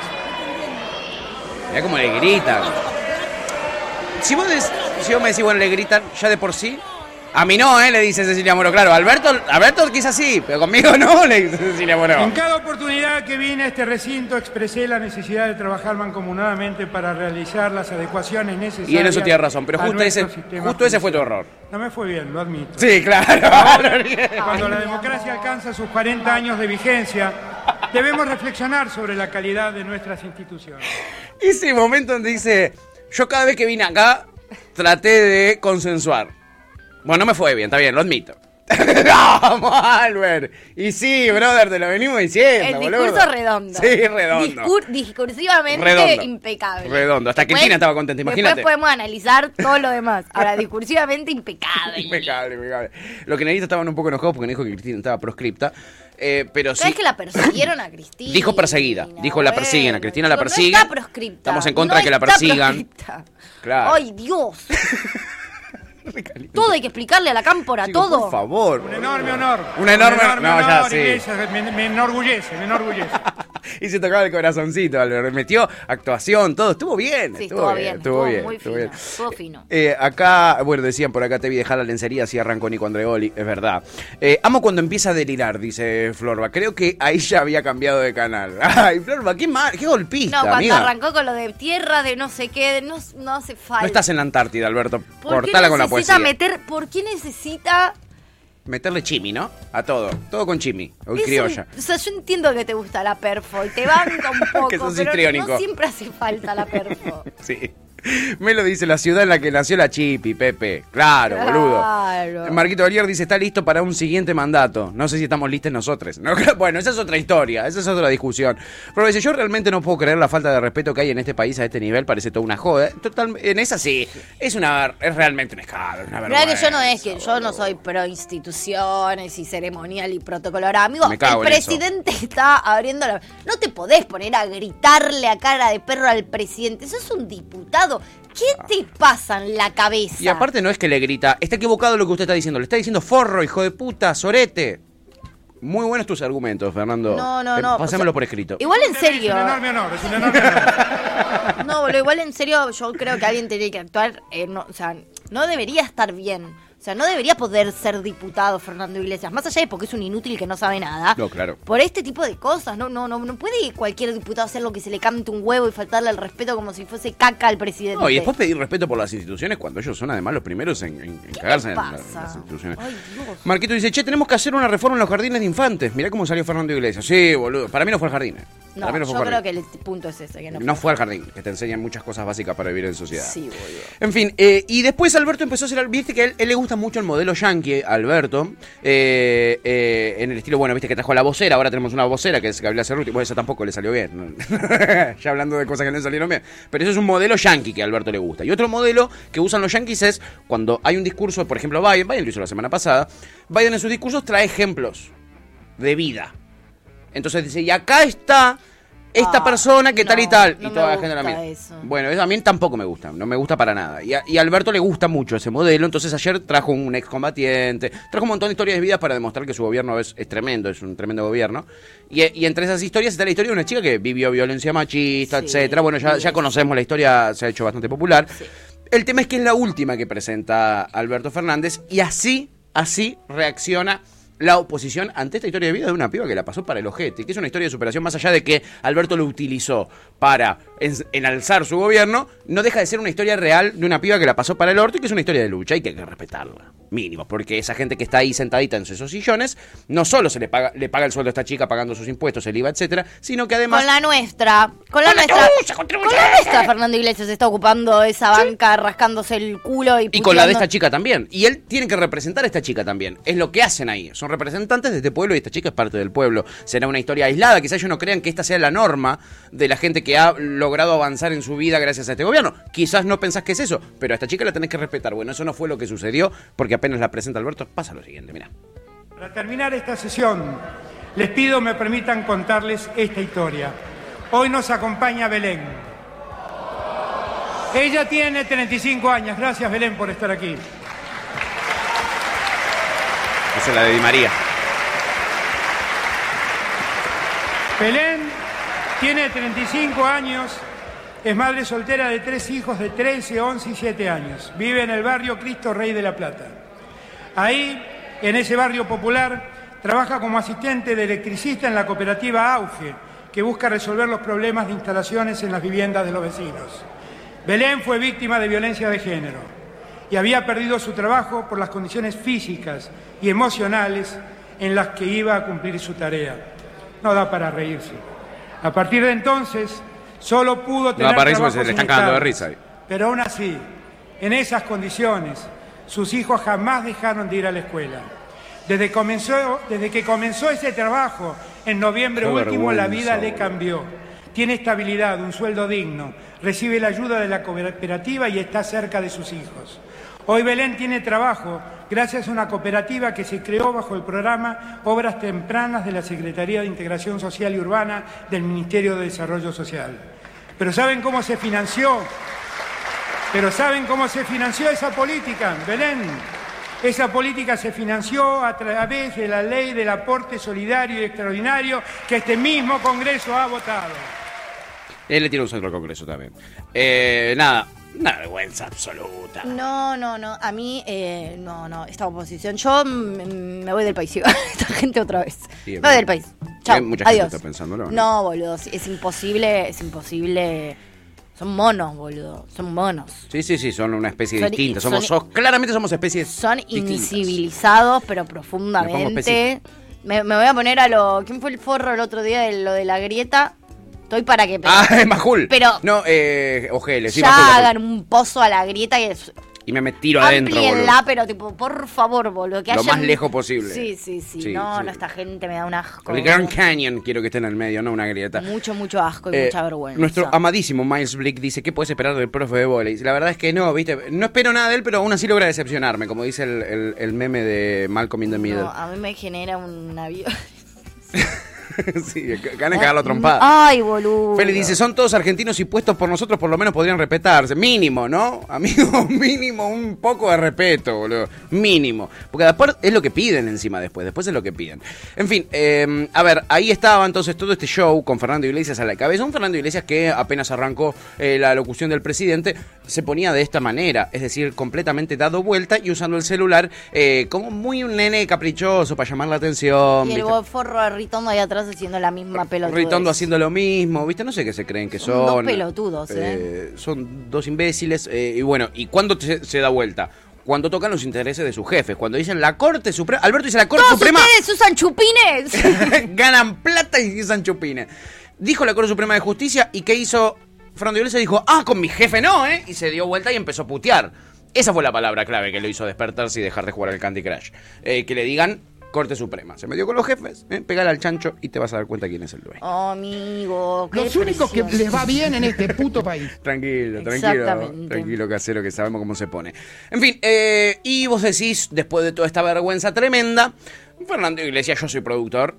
A: Mirá cómo le gritan. Si vos, des- si vos me decís, bueno, le gritan ya de por sí. A mí no, ¿eh? Le dice Cecilia Moro. Claro, Alberto, Alberto quizás sí, pero conmigo no, *laughs* le dice Cecilia Moro.
C: En cada oportunidad que vine a este recinto expresé la necesidad de trabajar mancomunadamente para realizar las adecuaciones necesarias.
A: Y en eso tienes razón, pero
C: a
A: justo ese,
C: nuestro sistema
A: justo ese fue tu
C: judicial.
A: error.
C: No me fue bien, lo admito.
A: Sí, claro. *laughs*
C: Cuando
B: Ay,
C: la
B: mi amor.
C: democracia alcanza sus 40 años de vigencia, debemos reflexionar sobre la calidad de nuestras instituciones.
A: ese momento donde dice, yo cada vez que vine acá traté de consensuar. Bueno, no me fue bien, está bien, lo admito. *laughs* Vamos, Albert. Y sí, brother, te lo venimos diciendo,
B: El
A: boludo.
B: discurso redondo.
A: Sí, redondo.
B: Discur- discursivamente
A: Redondo.
B: impecable.
A: Redondo. Hasta Cristina estaba contenta, imagínate.
B: Después podemos analizar todo lo demás. Ahora, discursivamente
A: *laughs*
B: impecable.
A: Impecable, impecable. Los kirchneristas estaban un poco enojados porque dijo que Cristina estaba proscripta. eh, pero sí.
B: ¿Sabes que la persiguieron a Cristina?
A: Dijo perseguida. Dijo la persiguen, a Cristina la
B: Digo,
A: persiguen.
B: No está proscripta.
A: Estamos en contra
B: No
A: de que la
B: está
A: persigan.
B: proscripta.
A: Claro.
B: Ay,
A: *laughs*
B: Dios. todo hay que explicarle a la cámpora,
A: Digo,
B: todo.
A: Por favor.
C: Un enorme honor.
A: Un enorme- no, ya, sí.
C: Iglesias, me- me enorgullece, me enorgullece.
A: *laughs* y se tocaba el corazoncito, Albert. Metió actuación, todo. Estuvo bien.
B: Sí, estuvo bien, estuvo muy fino, estuvo fino.
A: Eh, acá, bueno, decían por acá te vi dejar la lencería así arrancó Nico Andreoli. Es verdad. Eh, amo cuando empieza a delirar, dice Florba. Creo que ahí ya había cambiado de canal. *laughs* Ay, Florba, qué mal, qué golpista,
B: No, cuando
A: amiga.
B: arrancó con lo de tierra, de no sé qué, de no, no hace falta.
A: No estás en la Antártida, Alberto.
B: ¿Por qué
A: Cortala con la
B: necesita
A: poesía.
B: meter, ¿Por qué necesita
A: Meterle chimi, ¿no? A todo. Todo con chimi. Uy,
B: Es un-
A: criolla. *laughs*
B: o sea, yo entiendo que te gusta la perfo y te banca un poco,
A: Que sos
B: pero
A: histriónico.
B: no siempre hace falta la perfo.
A: Sí. Me lo dice la ciudad en la que nació la Chipi, Pepe. Claro, boludo.
B: Claro.
A: Marquito Arier dice, está listo para un siguiente mandato. No sé si estamos listos nosotros. *laughs* ¿no? Bueno, esa es otra historia, esa es otra discusión. Pero dice, yo realmente no puedo creer la falta de respeto que hay en este país a este nivel. Parece toda una joda. Total, en esa sí, es, una, es realmente un escándalo. Una
B: Mirá que yo no es
A: vergüenza,
B: que yo no soy pro instituciones y ceremonial y protocolo. Ahora, amigo,
A: Me
B: el
A: cago en eso.
B: presidente *laughs* está abriendo la. No te podés poner a gritarle a cara de perro al presidente. Sos un diputado. ¿Qué te pasa en la cabeza?
A: Ah. Y aparte no es que le grita, está equivocado lo que usted está diciendo. Le está diciendo forro, hijo de puta, sorete. Muy buenos tus argumentos, Fernando.
B: No, no,
A: Eh,
B: no. o
A: Pásamelo
B: sea,
A: por escrito.
B: Igual en serio.
C: Es un enorme honor, es un enorme honor.
B: No, boludo, igual en serio, yo creo que alguien tiene que actuar. eh, no, o sea, no debería estar bien. O sea, no debería poder ser diputado Fernando Iglesias. Más allá de porque es un inútil que no sabe nada.
A: No, claro.
B: Por este tipo de cosas. No, no, no, no puede cualquier diputado hacer lo que se le cante un huevo y faltarle el respeto como si fuese caca al presidente.
A: No, y después pedir respeto por las instituciones cuando ellos son además los primeros en, en- en cagarse en la-
B: pasa?
A: las instituciones.
B: Ay, Dios.
A: Marquito dice, che, tenemos que hacer una reforma en los jardines de infantes. Mirá cómo salió Fernando Iglesias. Sí, boludo. Para mí no fue el jardín. eh.
B: No,
A: Para mí no
B: yo
A: fue
B: creo
A: jardín.
B: que el punto es ese, que no,
A: No fue al jardín, que te enseñan muchas cosas básicas para vivir en sociedad.
B: Sí, boludo.
A: En fin, eh, y después Alberto empezó a hacer, viste que a él, él le gusta mucho el modelo yankee, Alberto, eh, eh, en el estilo, bueno, viste que trajo la vocera, ahora tenemos una vocera que es Gabriela Cerruti, bueno, esa tampoco le salió bien, ¿no? *laughs* ya hablando de cosas que no le salieron bien, pero eso es un modelo yankee que a Alberto le gusta. Y otro modelo que usan los yankees es cuando hay un discurso, por ejemplo, Biden, Biden lo hizo la semana pasada, Biden en sus discursos trae ejemplos de vida. Entonces dice, y acá está esta
B: Ah,
A: persona que tal y
B: no,
A: tal.
B: no
A: y toda
B: me
A: la gente la
B: gusta
A: mira.
B: eso.
A: Bueno, eso a mí tampoco me gusta, no me gusta para nada. Y a, y a Alberto le gusta mucho ese modelo, entonces ayer trajo un excombatiente, trajo un montón de historias de vida para demostrar que su gobierno es, es tremendo, es un tremendo gobierno. Y, y entre esas historias está la historia de una chica que vivió violencia machista,
B: Sí,
A: etcétera. Bueno, ya, ya
B: sí.
A: conocemos la historia, se ha hecho bastante popular. El tema es que es la última que presenta Alberto Fernández y así, así reacciona la oposición ante esta historia de vida de una piba que la pasó para el ojete, que es una historia de superación más allá de que Alberto lo utilizó para ens- enalzar su gobierno, no deja de ser una historia real de una piba que la pasó para el orto y que es una historia de lucha y que hay que respetarla, mínimo, porque esa gente que está ahí sentadita en esos sillones, no solo se le paga, le paga el sueldo a esta chica pagando sus impuestos, el IVA, etcétera, sino que además...
B: Con la nuestra, con
A: Con la
B: la nuestra,
A: tuya, contribuye.
B: con la nuestra Fernando Iglesias está ocupando esa banca, rascándose el culo y
A: Y con la de
B: puteando.
A: esta chica también. Y él tiene que representar a esta chica también. Es lo que hacen ahí. Son representantes de este pueblo y esta chica es parte del pueblo. Será una historia aislada. Quizás ellos no crean que esta sea la norma de la gente que ha logrado avanzar en su vida gracias a este gobierno. Quizás no pensás que es eso, pero a esta chica la tenés que respetar. Bueno, eso no fue lo que sucedió porque apenas la presenta Alberto pasa lo siguiente. Mira.
C: Para terminar esta sesión, les pido me permitan contarles esta historia. Hoy nos acompaña Belén. Ella tiene 35 años. Gracias, Belén, por estar aquí.
A: Esa es la de Di María.
C: Belén tiene 35 años, es madre soltera de tres hijos de 13, 11 y 7 años. Vive en el barrio Cristo Rey de la Plata. Ahí, en ese barrio popular, trabaja como asistente de electricista en la cooperativa Auge, que busca resolver los problemas de instalaciones en las viviendas de los vecinos. Belén fue víctima de violencia de género y había perdido su trabajo por las condiciones físicas y emocionales en las que iba a cumplir su tarea. No da para reírse. A partir de entonces, solo pudo tener
A: para reírse porque
C: trabajos
A: se le están cagando de
C: inestables.
A: risa.
C: Pero aún así, en esas condiciones, sus hijos jamás dejaron de ir a la escuela. Desde, comenzó- desde que comenzó ese trabajo, en noviembre
A: Qué
C: último, la
A: vergüenza,
C: vida le
A: boludo.
C: cambió. Tiene estabilidad, un sueldo digno, recibe la ayuda de la cooperativa y está cerca de sus hijos. Hoy Belén tiene trabajo gracias a una cooperativa que se creó bajo el programa Obras Tempranas de la Secretaría de Integración Social y Urbana del Ministerio de Desarrollo Social. Pero ¿saben cómo se financió pero ¿saben cómo se financió esa política, Belén? Esa política se financió a través de la ley del aporte solidario y extraordinario que este mismo Congreso ha votado.
A: Él le tiene un centro al Congreso también. Eh, nada. Una vergüenza absoluta.
B: No, no, no. A mí, eh, no, no. Esta oposición. Yo mm, me voy del país. *laughs* Iván. Esta gente otra vez.
A: Sí,
B: me
A: es
B: voy del
A: verdad.
B: país. Chao.
A: Hay mucha gente
B: Adiós.
A: está pensándolo, ¿no?
B: No, boludo. sí, Es imposible. Es imposible. Son monos, boludo. Son monos.
A: Sí, sí, sí, son una especie
B: Son-
A: distinta.
B: son-
A: Somos, sos- claramente somos especies
B: Son
A: distintas.
B: invisibilizados, pero
A: Me pongo
B: profundamente.
A: específico.
B: Me, me voy a poner a lo. ¿Quién fue el forro el otro día de lo de la grieta? Estoy para que.
A: Ah, *laughs* es Majul.
B: Pero-
A: No, eh, Ojele, sí,
B: ya
A: Majul, Majul.
B: hagan un pozo a la grieta y es-
A: Y me, me tiro adentro, boludo.
B: Amplíenla, pero tipo, por favor, boludo. Que
A: Lo
B: hayan-
A: más lejos posible.
B: Sí, sí, sí.
A: Sí,
B: no,
A: sí.
B: no, esta gente me da un asco.
A: El Grand Canyon quiero que esté en el medio, no una grieta.
B: Mucho, mucho asco y
A: Eh,
B: mucha vergüenza.
A: Nuestro amadísimo Miles Blick dice, ¿qué puedes esperar del profe de volei? La verdad es que no, viste, no espero nada de él, pero aún así logra decepcionarme, como dice el, el- el meme de Malcolm in the Middle.
B: No, a mí me genera un avión.
A: *laughs* sí, ganas de cagarlo a trompada.
B: Ay, boludo.
A: Feli dice, son todos argentinos y puestos por nosotros, por lo menos podrían respetarse. Mínimo, ¿no? *laughs* Amigo, mínimo, un poco de respeto, boludo. Mínimo. Porque después es lo que piden encima después, después es lo que piden. En fin, eh, a ver, ahí estaba entonces todo este show con Fernando Iglesias a la cabeza. Un Fernando Iglesias que apenas arrancó eh, la locución del presidente, se ponía de esta manera, es decir, completamente dado vuelta y usando el celular eh, como muy un nene caprichoso para llamar la atención.
B: Y el
A: ¿viste?
B: forro de Ritondo ahí atrás haciendo la misma pelotudez.
A: Ritondo haciendo lo mismo, ¿viste? No sé qué se creen que son.
B: Son dos pelotudos, ¿eh?
A: Son dos imbéciles. eh, y bueno, ¿y cuándo te- se da vuelta? cuando tocan los intereses de sus jefes. Cuando dicen la Corte Suprema. Alberto dice la Corte
B: Todos
A: Suprema.
B: ustedes usan
A: *laughs*
B: chupines.
A: ganan plata y usan chupines. Dijo la Corte Suprema de Justicia y ¿qué hizo Frondioli? Se dijo, ah, con mi jefe no, ¿eh? Y se dio vuelta y empezó a putear. Esa fue la palabra clave que lo hizo despertarse y dejar de jugar al Candy Crush. Eh, que le digan Corte Suprema. Se metió con los jefes, ¿eh? pegale al chancho y te vas a dar cuenta quién es el dueño.
B: Oh, amigo. qué
E: Los únicos que
B: precioso.
E: les va bien en este puto país.
A: Tranquilo, tranquilo,
B: Exactamente.
A: tranquilo, casero, que sabemos cómo se pone. En fin, eh, y vos decís, después de toda esta vergüenza tremenda, Fernando Iglesias, yo soy productor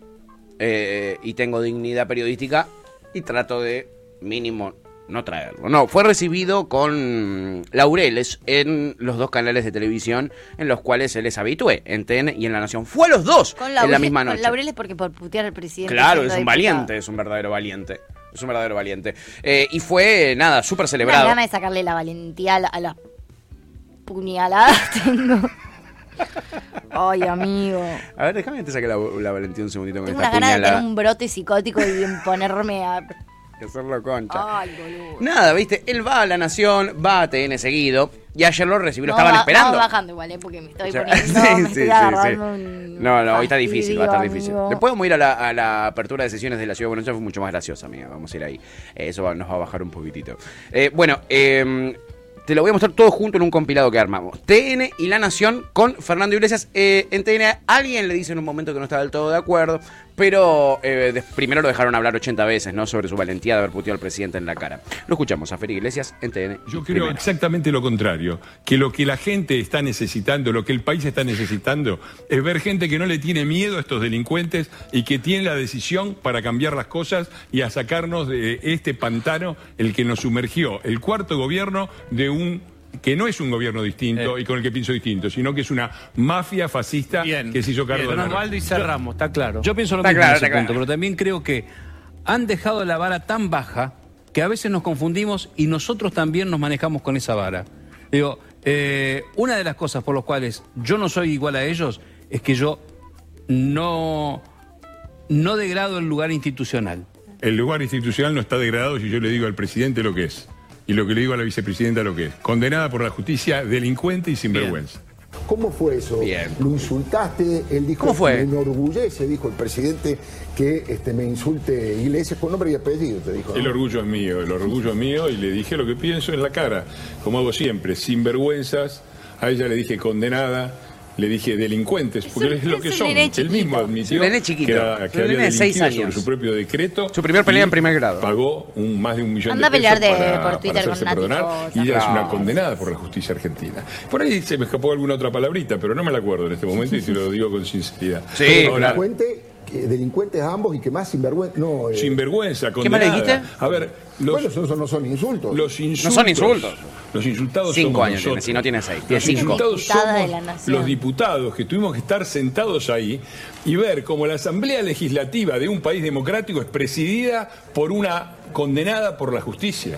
A: eh, y tengo dignidad periodística y trato de mínimo no traerlo. No, fue recibido con laureles en los dos canales de televisión en los cuales él es habitué, en TN y en La Nación. Fue a los dos
B: Con
A: en la
B: laure-
A: misma
B: con
A: noche.
B: laureles porque por putear al presidente.
A: Claro,
B: siendo
A: es un
B: diputado.
A: valiente, es un verdadero valiente. Es un verdadero valiente. Eh, y fue, nada, súper
B: Una
A: celebrado.
B: gana de sacarle la valentía a, la- a las puñaladas tengo. Ay, amigo.
A: A ver, déjame que te saque la, la valentía un segundito con
B: Tengo
A: esta
B: una gana de
A: puñalada.
B: tener un brote psicótico y ponerme a.
A: Y hacerlo concha.
B: Ay, boludo.
A: Nada, viste, él va a La Nación, va a TN seguido, y ayer lo recibió, lo
B: Vamos
A: estaban
B: ba-
A: esperando.
B: Vamos bajando igual, ¿eh? Porque me estoy
A: O sea, *laughs*
B: poniendo.
A: sí,
B: me
A: sí,
B: estoy
A: sí,
B: agarrando
A: sí.
B: un
A: No, no, hoy está difícil, va a estar
B: fastidio,
A: difícil.
B: amigo.
A: Después vamos a ir a la, a la apertura de sesiones de la Ciudad de Buenos Aires, fue mucho más graciosa, amiga. Vamos a ir ahí. Eh, Eso va- nos va a bajar un poquitito. Eh, bueno, eh, te lo voy a mostrar todo junto en un compilado que armamos. TN y La Nación con Fernando Iglesias. Eh, en TN alguien le dice en un momento que no está del todo de acuerdo, pero eh, de- primero lo dejaron hablar 80 veces, ¿no? Sobre su valentía de haber puteado al presidente en la cara. Lo escuchamos a Fer Iglesias en TN.
F: Yo creo
A: primero.
F: *laughs* exactamente lo contrario, que lo que la gente está necesitando, lo que el país está necesitando, es ver gente que no le tiene miedo a estos delincuentes y que tiene la decisión para cambiar las cosas y a sacarnos de este pantano el que nos sumergió, el cuarto gobierno de un que no es un gobierno
G: Eh.
F: distinto y con el que pienso distinto, sino que es una mafia fascista
G: Bien.
F: que se hizo cargo de la
G: Osvaldo y cerramos, está claro. Yo pienso lo
A: Está
G: mismo
A: claro,
G: en ese
A: está
G: punto,
A: claro.
G: pero también creo que han dejado la vara tan baja que a veces nos confundimos y nosotros también nos manejamos con esa vara. Digo, eh, una de las cosas por las cuales yo no soy igual a ellos es que yo no, no degrado el lugar institucional.
F: El lugar institucional no está degradado si yo le digo al presidente lo que es y lo que le digo a la vicepresidenta lo que es. Condenada por la justicia, delincuente y sinvergüenza.
H: ¿Cómo fue eso?
A: Bien.
H: ¿Lo insultaste? Él dijo,
A: ¿Cómo fue?
H: me enorgullece, dijo el presidente, que este, me insulte Iglesias con nombre y apellido, te dijo. ¿no?
F: El orgullo es mío, el orgullo es mío y le dije lo que pienso en la cara, como hago siempre, sinvergüenzas. A ella le dije condenada, le dije delincuentes, porque
B: un-
F: es lo
B: es
F: que
B: un
F: son.
B: nene
F: Él
B: chiquito.
F: mismo admitió
A: Es un nene
F: que,
A: chiquito.
F: era-
A: Es
F: que
A: un
F: había
A: nene de seis
F: delinquido
A: años.
F: sobre su propio decreto.
A: Su primer
F: y
A: pelea en primer grado.
F: Pagó un, más de un millón
B: Anda a
F: de pesos
B: pelear de-
F: para,
B: por
F: para
B: Twitter con
F: hacerse
B: Nati
F: perdonar
B: Rosa.
F: y ella es una
A: No.
F: condenada por la justicia argentina. Por ahí se me escapó alguna otra palabrita, pero no me la acuerdo en este momento y te lo digo con sinceridad.
A: Sí,
F: Ahora,
H: Delincuente, que- delincuentes ambos y que más sinvergüenza. No, eh,
F: Sinvergüenza,
A: ¿Qué más le
F: condenada.
A: dijiste?
F: A ver, los,
H: bueno, eso, eso no son insultos.
F: los insultos.
A: son insultos.
F: Los insultados
A: Cinco
F: somos
A: años tiene,
F: nosotros.
A: si no tiene seis, tiene
F: los
A: cinco.
F: insultados
B: Diputada de
F: somos
B: la Nación.
F: los diputados que tuvimos que estar sentados ahí y ver cómo la Asamblea Legislativa de un país democrático es presidida por una condenada por la justicia.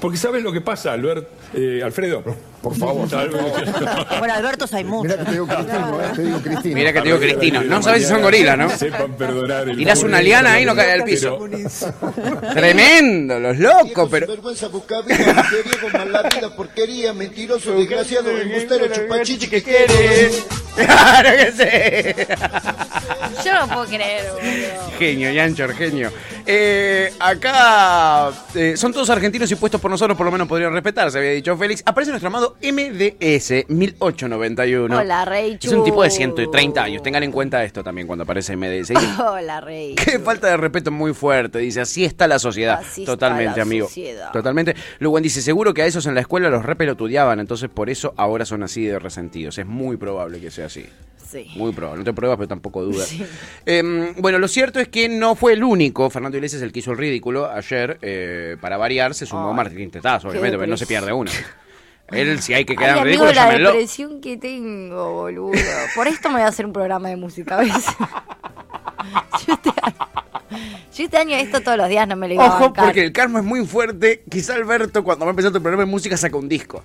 F: Porque ¿sabes lo que pasa, Albert, eh, Alfredo?
H: Por favor.
A: *laughs*
I: Bueno, Alberto Saimundo.
H: Mira que te digo Cristino, eh, te digo Cristino.
A: Mirá que te digo Cristino. No sabes si son gorilas,
F: gorilas,
A: ¿no?
F: Sepan perdonar el
A: Tirás una
F: pobre-
A: liana ahí y no cae al piso. Tremendo, los locos, pero...
J: vergüenza busca vida, viejo malvida, porquería, mentiroso, desgraciado, embustero, chupachichi que quieres.
A: *laughs* Claro que
B: Yo no puedo creer, boludo.
A: sí. Genio, Yancho, genio. Eh, acá eh, son todos argentinos y puestos por nosotros, por lo menos podrían respetarse, había dicho Félix. Aparece nuestro amado MDS 1891.
B: Hola, Reichu.
A: Es un tipo de 130 años. Tengan en cuenta esto también cuando aparece MDS. Dice,
B: Hola, rey.
A: Qué falta de respeto muy fuerte, dice, así está la sociedad.
B: Así está
A: Totalmente,
B: la
A: amigo.
B: sociedad.
A: Totalmente. Luego dice, seguro que a esos en la escuela los repelotudeaban, entonces por eso ahora son así de resentidos. Es muy probable que sea así.
B: Sí.
A: Muy probable, no te pruebas, pero tampoco
B: *laughs*
A: dudas. Em, bueno, lo cierto es que no fue el único, Fernando Iglesias, el que hizo el ridículo ayer, eh, para variar, se sumó Martín Tetazo, obviamente, pero no se
B: depresión.
A: pierde
B: *laughs*
A: uno. Él, si hay que
B: Ay,
A: quedar en
B: amigo,
A: ridículo,
B: la
A: llámenlo.
B: depresión que tengo, boludo. Por esto me voy a hacer un programa de música a veces. *laughs* Yo este año, yo este año esto todos los días no me lo iba a
A: Ojo,
B: bancar.
A: porque el karma es muy fuerte. Quizá Alberto, cuando va a empezar tu programa de música, saca un disco.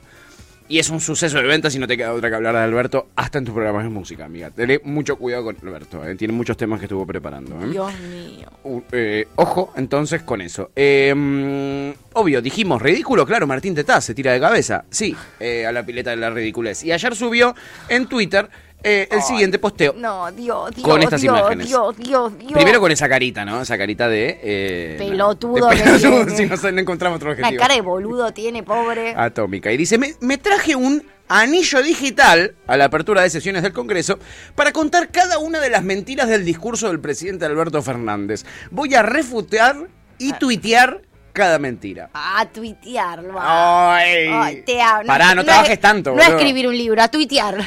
A: Y es un suceso de ventas y no te queda otra que hablar de Alberto hasta en tus programas de música, amiga. Tené mucho cuidado con Alberto, ¿eh? tiene muchos temas que estuvo preparando. ¿eh?
B: Dios mío.
A: U- eh, ojo entonces con eso. Eh, mm, obvio, dijimos, ridículo, claro, Martín Tetaz se tira de cabeza. Sí, eh, a la pileta de la ridiculez. Y ayer subió en Twitter eh, el siguiente posteo.
B: No, Dios, Dios.
A: Con estas
B: Dios,
A: imágenes.
B: Dios, Dios, Dios.
A: Primero con esa carita, ¿no? Esa carita de... eh,
B: Pelotudo
A: de
B: que
A: pelotudo,
B: tiene.
A: si no, sé, no encontramos otro
B: Una
A: objetivo. Ah.
B: cara de boludo tiene, pobre.
A: Atómica. Y dice, me, me traje un anillo digital a la apertura de sesiones del Congreso para contar cada una de las mentiras del discurso del presidente Alberto Fernández. Voy a refutar y tuitear cada mentira.
B: A tuitearlo.
A: Ay.
B: te amo.
A: Pará, no trabajes tanto,
B: No
A: boludo.
B: a escribir un libro, a tuitear.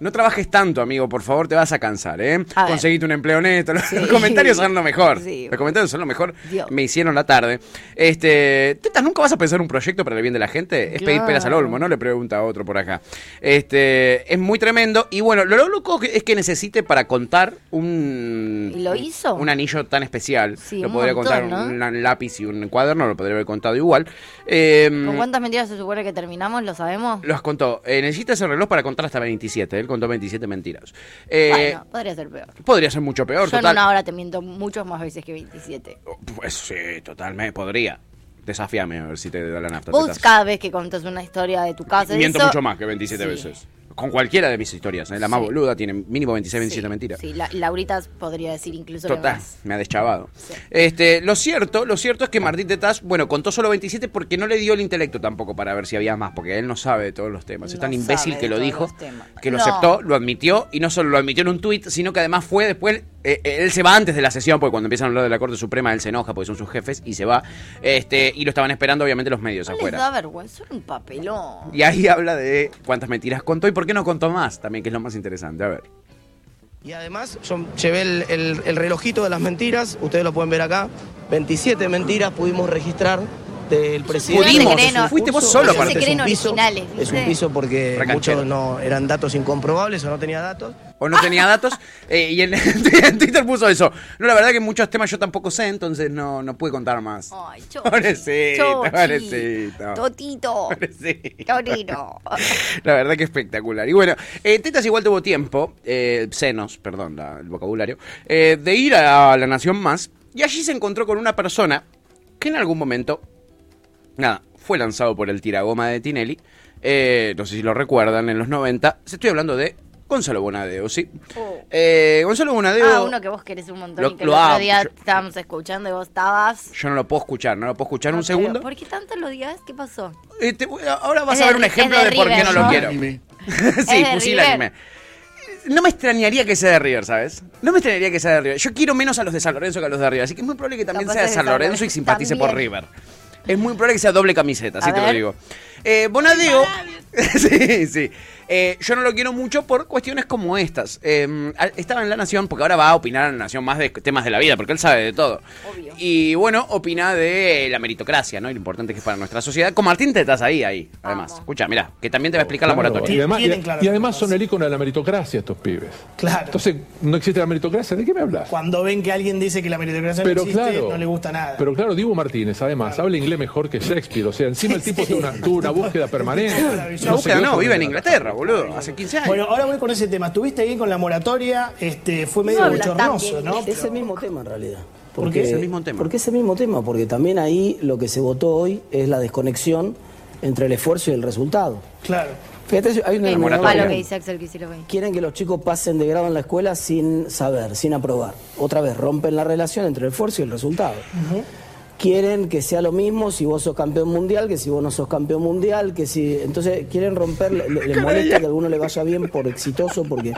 A: No trabajes tanto, amigo, por favor, te vas a cansar, ¿eh?
B: A ver.
A: Conseguite un empleo neto. Los *laughs* comentarios son lo mejor.
B: Sí.
A: Los comentarios son lo mejor.
B: Dios.
A: Me hicieron la tarde. Este, Tetas, ¿nunca vas a pensar un proyecto para el bien de la gente? Es pedir
B: Claro.
A: peras al olmo, ¿no? Le pregunta a otro por acá. Este, es muy tremendo. Y bueno, lo loco que- es que necesite para contar un...
B: ¿Y lo hizo?
A: Un anillo tan especial.
B: Sí,
A: lo
B: un
A: podría
B: montón,
A: contar
B: ¿no?
A: un lápiz y un cuaderno, lo podría haber contado igual. Eh,
B: ¿Con cuántas mentiras se supone que terminamos? ¿Lo sabemos?
A: los contó. Eh, necesita ese reloj para contar hasta 27. Él contó 27 mentiras. Eh,
B: bueno, podría ser peor.
A: Podría ser mucho peor,
B: Yo en
A: total.
B: una hora te miento muchas más veces que 27.
A: Pues sí, totalmente podría. Desafiame a ver si te da la nafta.
B: Vos
A: tetas.
B: cada vez que contás una historia de tu casa,
A: Miento
B: eso-
A: mucho más que 27
B: Sí.
A: veces. Con cualquiera de mis historias, ¿eh? la más
B: Sí.
A: boluda tiene mínimo 26, 27 mentiras.
B: Sí, la- Laurita podría decir incluso que
A: Total,
B: más.
A: me ha deschavado. Este, lo cierto, lo cierto es que Martín Tetaz, bueno, contó solo 27 porque no le dio el intelecto tampoco para ver si había más, porque él no sabe de todos los temas. es
B: No
A: tan imbécil
B: sabe
A: que
B: de
A: lo
B: todos
A: dijo,
B: los temas.
A: que lo
B: No.
A: aceptó, lo admitió, y no solo lo admitió en un tuit, sino que además fue después, eh, eh, él se va antes de la sesión, porque cuando empiezan a hablar de la Corte Suprema, él se enoja porque son sus jefes, y se va. Este, y lo estaban esperando, obviamente, los medios
B: No les
A: afuera.
B: da vergüenza era un papelón.
A: Y ahí habla de cuántas mentiras contó y por qué no contó más, también, que es lo más interesante. A ver.
K: Y además, yo llevé el, el- el relojito de las mentiras, ustedes lo pueden ver acá. 27 mentiras pudimos registrar del presidente.
B: Pudimos,
K: Es un
B: creen o-
K: fuiste vos
B: ellos
K: solo
B: se
K: para hacer
B: creen
K: un piso.
B: originales,
K: Es un
B: ¿viste?
K: piso porque
A: Recanchero.
K: muchos no eran datos incomprobables o no tenía datos.
A: o no tenía datos. eh, y en, *laughs* en Twitter puso eso. No, la verdad que muchos temas yo tampoco sé, entonces no, no pude contar más.
B: Ay, chochi,
A: Pobrecito,
B: chochi,
A: pobrecito.
B: Totito. Torino.
A: La verdad que espectacular. Y bueno, eh, Tetas igual tuvo tiempo, eh, senos, perdón, la- el vocabulario, eh, de ir a La Nación Más. Y allí se encontró con una persona que en algún momento, nada, fue lanzado por el tiragoma de Tinelli. Eh, no sé si lo recuerdan, en los 90. Se estoy hablando de Gonzalo Bonadeo, ¿sí? Eh, Gonzalo Bonadeo...
B: Oh. Ah, uno que vos querés un montón
A: Lo-
B: y que
A: lo
B: el otro
A: amo,
B: día
A: yo-
B: estábamos escuchando y vos estabas.
A: Yo no lo puedo escuchar, no lo puedo escuchar
B: No,
A: un segundo.
B: pero, ¿Por qué tanto lo digas? ¿Qué pasó?
A: Eh, te voy a- ahora vas
B: Es
A: a
B: de
A: ver un
B: Ri- es
A: ejemplo
B: de
A: de, por qué
B: River,
A: no lo
B: ¿no?
A: quiero. *laughs* sí,
B: Es de
A: pusilánime.
B: River.
A: No me extrañaría que sea de River, ¿sabes? No me extrañaría que sea de River. Yo quiero menos a los de San Lorenzo que a los de River, así que es muy probable que también
B: Capaz
A: sea de
B: es de
A: San
B: San
A: Lorenzo y
B: Lorenzo.
A: simpatice por
B: También.
A: River. Es muy probable que sea doble camiseta, así
B: A
A: te lo
B: ver.
A: digo. Eh, Bonadeo. *laughs* sí, sí. Eh, yo no lo quiero mucho por cuestiones como estas. Eh, al- estaba en La Nación, porque ahora va a opinar en La Nación más de temas de la vida, porque él sabe de todo. Y bueno, opina de la meritocracia, ¿no? Y lo importante que es para nuestra sociedad. Con Martín Tetas ahí, ahí, además. Escucha, mira, que también te va a explicar la
L: Claro,
A: moratoria.
L: Y además, y-
K: Tienen claro
L: y además son el ícono de la meritocracia estos pibes.
K: *laughs* Claro.
L: Entonces, no existe la meritocracia, ¿de qué me hablas?
K: Cuando ven que alguien dice que la meritocracia
L: Pero
K: no existe,
L: claro.
K: no le gusta nada.
L: Pero claro, Dibu Martínez, además, habla inglés mejor que Shakespeare. O sea, encima el tipo tuvo, una, tuvo una búsqueda permanente.
A: No,
L: se quedó
A: no,
L: con
A: vive en
L: nada.
A: Inglaterra, boludo. Hace 15 años.
K: Bueno, ahora voy con ese tema. Estuviste bien con la moratoria, este, fue medio
M: No habla tan
K: bochornoso,
M: bien
K: ¿no?
M: de eso. Es el mismo tema en realidad.
A: ¿Por qué es el mismo tema?
M: Porque es el mismo tema, porque también ahí lo que se votó hoy es la desconexión entre el esfuerzo y el resultado.
K: Claro.
M: Fíjate, hay un
B: Es un
M: denominador
B: palo que
M: común.
B: dice Axel que hicieron hoy.
M: Quieren que los chicos pasen de grado en la escuela sin saber, sin aprobar. Otra vez, rompen la relación entre el esfuerzo y el resultado. Quieren que sea lo mismo si vos sos campeón mundial, que si vos no sos campeón mundial, que si... Entonces quieren romper, le, le- le molesta que a alguno le vaya bien por exitoso, porque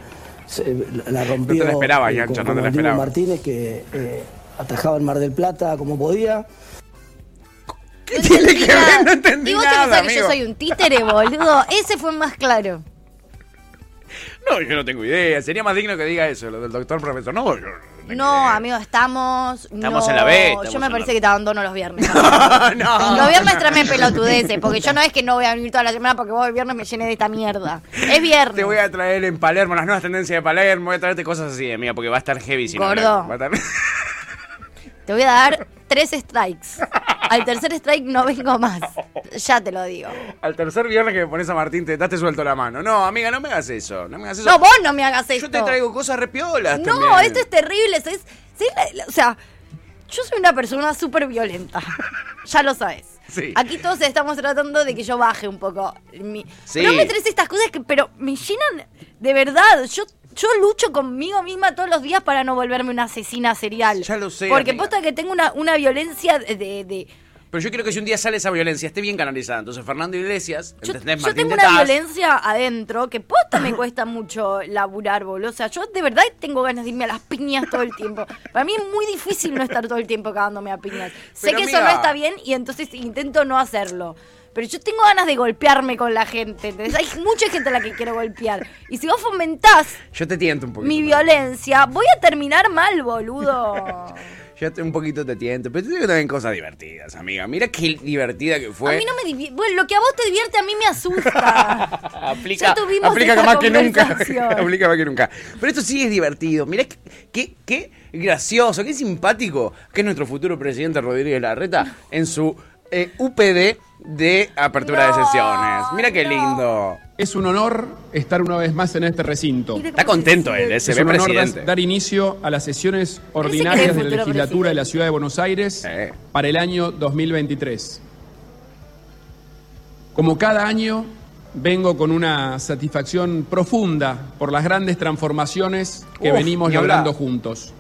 M: se- la- la rompió...
A: No te la esperaba,
M: eh,
A: Yancha,
M: con-
A: no te
M: con
A: la
M: Dibu
A: esperaba.
M: Martínez, que eh, atajaba en Mar del Plata como podía.
B: ¿Qué tiene que
A: ver? No entendí
B: Y vos
A: nada,
B: te pensás que
A: amigo.
B: yo soy un títere, boludo. Ese fue más claro.
A: No, yo no tengo idea. Sería más digno que diga eso, lo del doctor profesor. No,
B: *laughs*
A: yo-
B: No, amigo, estamos.
A: eh, Estamos
B: no,
A: en la B, estamos
B: Yo me
A: en
B: parece
A: la-
B: que te abandono los
A: *laughs*
B: viernes.
A: no.
B: los viernes tráeme pelotudeces, porque yo no es que no voy a venir toda la semana porque vos el viernes me llené de esta mierda. Es viernes.
A: Te voy a traer en Palermo las nuevas tendencias de Palermo. Voy a traerte cosas así, amiga, porque va a estar heavy. Si no,
B: Gordo.
A: va a estar- *laughs* *laughs*
B: Te voy a dar tres strikes. Al tercer strike no vengo más. Ya te lo digo.
A: Al tercer viernes que me pones a Martín Tetaz te suelto la mano. No, amiga, no me hagas eso. No me hagas eso.
B: No, vos no me hagas
A: Yo
B: esto.
A: te traigo cosas repiolas
B: No,
A: también.
B: esto es terrible. ¿sabés? ¿Sabés la- la- o sea, yo soy una persona súper violenta. *laughs* ya lo sabes.
A: Sí.
B: Aquí todos estamos tratando de que yo baje un poco. Mi...
A: Sí.
B: No me traes estas cosas que, pero me llenan de verdad. Yo, yo lucho conmigo misma todos los días para no volverme una asesina serial. Ya lo
A: sé,
B: Porque
A: amiga.
B: posta que tengo una, una violencia de- de- de
A: Pero yo quiero que si un día sale esa violencia, esté bien canalizada. Entonces, Fernando Iglesias, ¿entendés?
B: Yo
A: Martín
B: tengo una
A: Tetaz.
B: violencia adentro que posta me cuesta mucho laburar, boludo. O sea, yo de verdad tengo ganas de irme a las piñas todo el tiempo. Para mí es muy difícil no estar todo el tiempo cagándome a piñas. sé
N: Pero,
B: que eso no
N: amiga.
B: está bien y entonces intento no hacerlo. Pero yo tengo ganas de golpearme con la gente. ¿entendés? Hay mucha gente a la que quiero golpear. Y si vos fomentás
A: Yo te tiento un poquito.
B: mi violencia, voy a terminar mal, boludo.
A: Yo te- un poquito te tiento. Pero te digo también cosas divertidas, amiga. Mira qué divertida que fue.
B: A mí no me divierte. Bueno, lo que a vos te divierte a mí me asusta.
A: *laughs* Aplica,
B: Ya tuvimos
A: aplica
B: esta
A: más que nunca.
B: conversación.
A: *laughs* aplica más que nunca. Pero esto sí es divertido. Mirá qué, qué, qué gracioso, qué simpático que es nuestro futuro presidente Rodríguez Larreta en su eh, UPD de apertura de sesiones. Mira qué lindo.
O: Es un honor estar una vez más en este recinto.
A: Está contento él, eh, se
O: es
A: ve
O: un honor
A: presidente.
O: dar- dar inicio a las sesiones
A: Parece que es
O: ordinarias de la
A: futuro
O: legislatura de la Ciudad de Buenos Aires para el año 2023. Como cada año, vengo con una satisfacción profunda por las grandes transformaciones
A: Uh,
O: que
P: Uf,
O: venimos
P: ni hablar.
O: logrando juntos.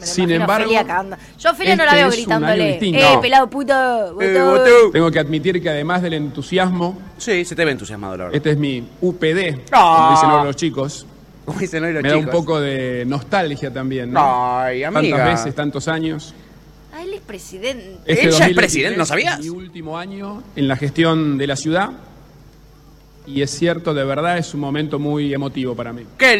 O: Sin
B: Imagino a
O: embargo,
B: Ofelia cagando. yo a Ofelia no la
O: este es
B: veo
O: un año
B: gritándole.
O: distinto. Eh,
B: Eh,
O: No.
B: pelado puto.
A: Eh,
B: votó".
O: Tengo que admitir que además del entusiasmo.
A: Sí, se te ve entusiasmado, la verdad.
O: Este es mi UPD,
A: Ah.
O: como dicen ahora los chicos.
A: Como dicen hoy los
O: Me da un
A: chicos.
O: poco de nostalgia también, ¿no?
A: Ay, amiga.
O: Tantas veces, tantos años.
B: Ah, él es presidente.
O: Este
A: Él ya es
O: 2023
A: presidente, ¿no sabías?
O: Mi último año en la gestión de la ciudad. Y es cierto, de verdad, es un momento muy emotivo para mí.
A: ¡Qué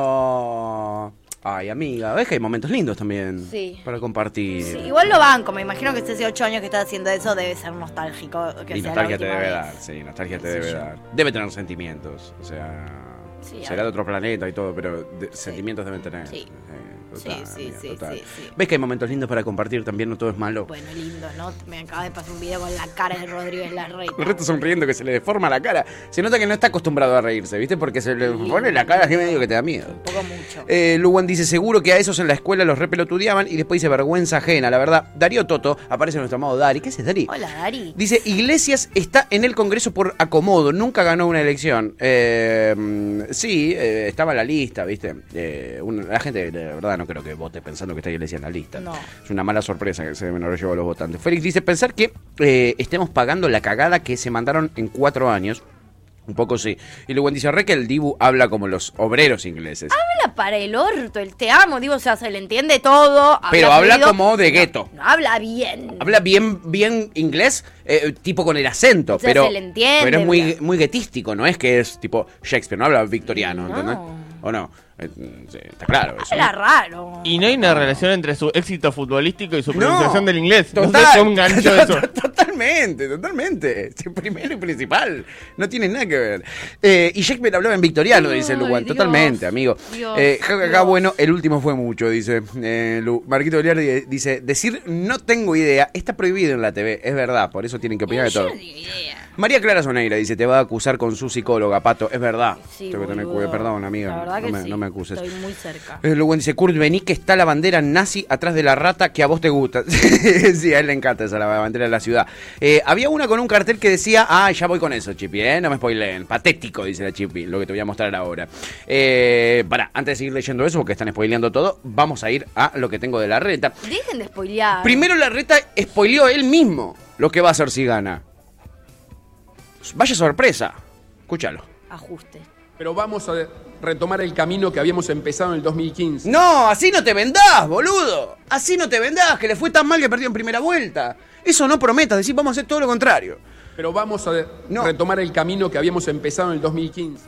A: lindo! Ay, amiga, ves que hay momentos lindos también
B: Sí.
A: para compartir.
B: Sí, igual lo banco, me imagino que si hace ocho años que está haciendo eso debe ser nostálgico. Que
A: y
B: sea la
A: nostalgia te
B: última
A: debe
B: vez.
A: dar, sí, nostalgia te
B: Qué sé
A: debe
B: yo.
A: dar. Debe tener sentimientos, o sea,
B: Sí,
A: será
B: a-
A: de otro planeta y todo, pero de- sentimientos deben tener.
B: Sí.
A: Sí,
B: Sí, sí,
A: amiga,
B: sí,
A: total.
B: sí, sí.
A: Ves que hay momentos lindos para compartir también, no todo es malo.
B: Bueno, lindo, ¿no? Me acaba de pasar un video con la cara de Rodríguez Larrey.
A: El resto sonriendo que se le deforma la cara. Se nota que no está acostumbrado a reírse, ¿viste? Porque se le pone la cara así medio que te da miedo.
B: poco mucho.
A: Eh, Luwan dice, seguro que a esos en la escuela los repelotudeaban y después dice vergüenza ajena, la verdad. Darío Toto, aparece nuestro amado Dari. ¿Qué haces, Dari?
B: Hola, Dari.
A: Dice, Iglesias está en el Congreso por acomodo, nunca ganó una elección. Eh, mm, sí, eh, estaba en la lista, ¿viste? Eh, un- la gente, de verdad, no creo que vote pensando que está Iglesias en la lista.
B: No.
A: Es una mala sorpresa que se menor llevó a los votantes. Félix dice, pensar que eh, estemos pagando la cagada que se mandaron en cuatro años. Un poco sí. Y luego dice, re que el Dibu habla como los obreros ingleses.
B: Habla para el orto, el te amo, digo, o sea, se le entiende todo.
A: pero habla
B: fluido,
A: como de gueto.
B: no habla bien.
A: Habla bien, bien inglés, eh, tipo con el acento,
B: O sea,
A: pero,
B: se le entiende,
A: pero es muy,
B: bien.
A: muy guetístico, no es que es tipo Shakespeare, no habla victoriano, ¿entendés? ¿O no? Eh, sí, está claro eso.
B: Habla raro.
D: Y no hay una relación entre su éxito futbolístico y su pronunciación
A: No,
D: del inglés. No sé,
A: total.
D: fue un
A: *laughs*
D: gancho de eso.
A: Totalmente, totalmente. Este Primero y principal. No tiene nada que ver. Eh, y Shakespeare hablaba en victoriano, dice Luan.
Q: Dios,
A: totalmente, amigo.
Q: Dios,
A: Eh, jajaja,
Q: Dios.
A: bueno, el último fue mucho, dice eh, Lu. Marquito Beliardi dice, decir no tengo idea está prohibido en la TV. Es verdad, por eso tienen que opinar de todo. María Clara Soneira dice, te va a acusar con su psicóloga, Pato. Es verdad.
B: Sí,
A: Tengo que tener
B: boludo.
A: cuidado. Perdón, amiga.
B: La verdad
A: no,
B: que
A: me,
B: sí.
A: no me acuses.
B: Estoy muy cerca.
A: Eh, Luego dice, Kurt, vení que está la bandera nazi atrás de la rata que a vos te gusta. *laughs* sí, a él le encanta esa la bandera de la ciudad. Eh, había una con un cartel que decía, ah, ya voy con eso, Chipi, eh, no me spoileen. Patético, dice la Chipi, lo que te voy a mostrar ahora. Eh, para, antes de seguir leyendo eso, porque están spoileando todo, vamos a ir a lo que tengo de la reta.
B: Dejen de spoilear.
A: Primero la reta spoileó él mismo lo que va a hacer si gana. Vaya sorpresa. Escúchalo.
B: Ajuste.
O: Pero vamos a retomar el camino que habíamos empezado en el 2015.
A: No, así no te vendás, boludo. Así no te vendás, que le fue tan mal que perdió en primera vuelta. Eso no prometas, decir vamos a hacer todo lo contrario.
O: Pero vamos a retomar el camino que habíamos empezado en el 2015.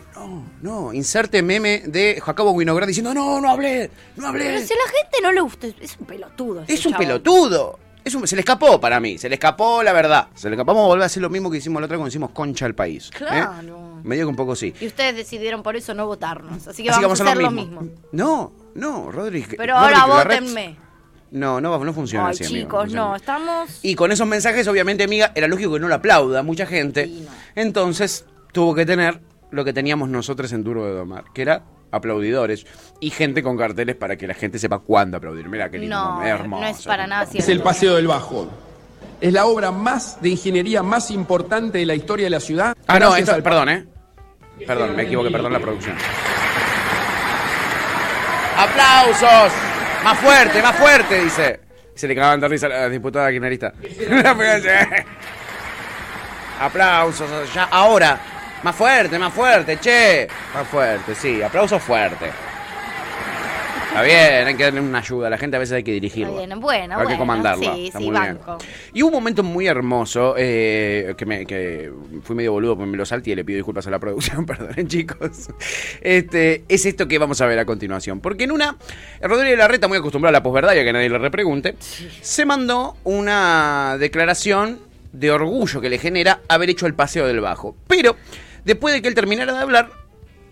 A: No, inserte meme de Jacobo Winograd diciendo, no, no hablé, no
B: Pero
A: hablé.
B: si a la gente no le gusta, es un pelotudo.
A: Es un
B: chabón.
A: pelotudo. Es un- se le escapó para mí, se le escapó la verdad. Se le escapó, vamos a volver a hacer lo mismo que hicimos la otra cuando hicimos concha al país. ¿eh?
B: Claro.
A: Medio que un poco sí.
B: Y ustedes decidieron por eso no votarnos. Así que,
A: Así que
B: vamos, a hacer lo mismo.
A: No, no, Rodríguez.
B: Pero
A: Rodríguez
B: ahora
A: Larret-
B: votenme.
A: No, no, va- no funciona
B: Ay,
A: así, amigo,
B: chicos,
A: funciona
B: no, estamos.
A: Y con esos mensajes, obviamente, amiga, era lógico que no lo aplauda mucha gente. Entonces, tuvo que tener lo que teníamos nosotros en Duro de Domar, que era aplaudidores y gente con carteles para que la gente sepa cuándo aplaudir. Mira, qué lindo,
B: No,
A: hermoso.
B: no es para nada
O: Es
B: cierto.
O: el Paseo del Bajo. Es la obra más de ingeniería más importante de la historia de la ciudad.
A: Ah, no,
O: Gracias
A: esto,
O: al-
A: perdón, ¿eh? Perdón, me equivoqué, perdón la producción. ¡Aplausos! ¡Más fuerte, más fuerte! Dice. Se le cagaban de risa a la diputada kirchnerista. *laughs* aplausos, ya, ahora. Más fuerte, más fuerte, che. Más fuerte, sí, aplausos fuerte. Está bien, hay que darle una ayuda. A la gente a veces hay que dirigirla.
B: Bien, bueno,
A: Hay que
B: bueno.
A: comandarla,
B: Sí,
A: está
B: sí,
A: muy bien.
B: banco.
A: Y hubo un momento muy hermoso eh, que, me, que fui medio boludo porque me lo salté y le pido disculpas a la producción, *laughs* perdonen chicos. Este, es esto que vamos a ver a continuación. Porque en una, Rodríguez Larreta, muy acostumbrado a la posverdad y a que nadie le repregunte, se mandó una declaración de orgullo que le genera haber hecho el paseo del bajo. Pero después de que él terminara de hablar,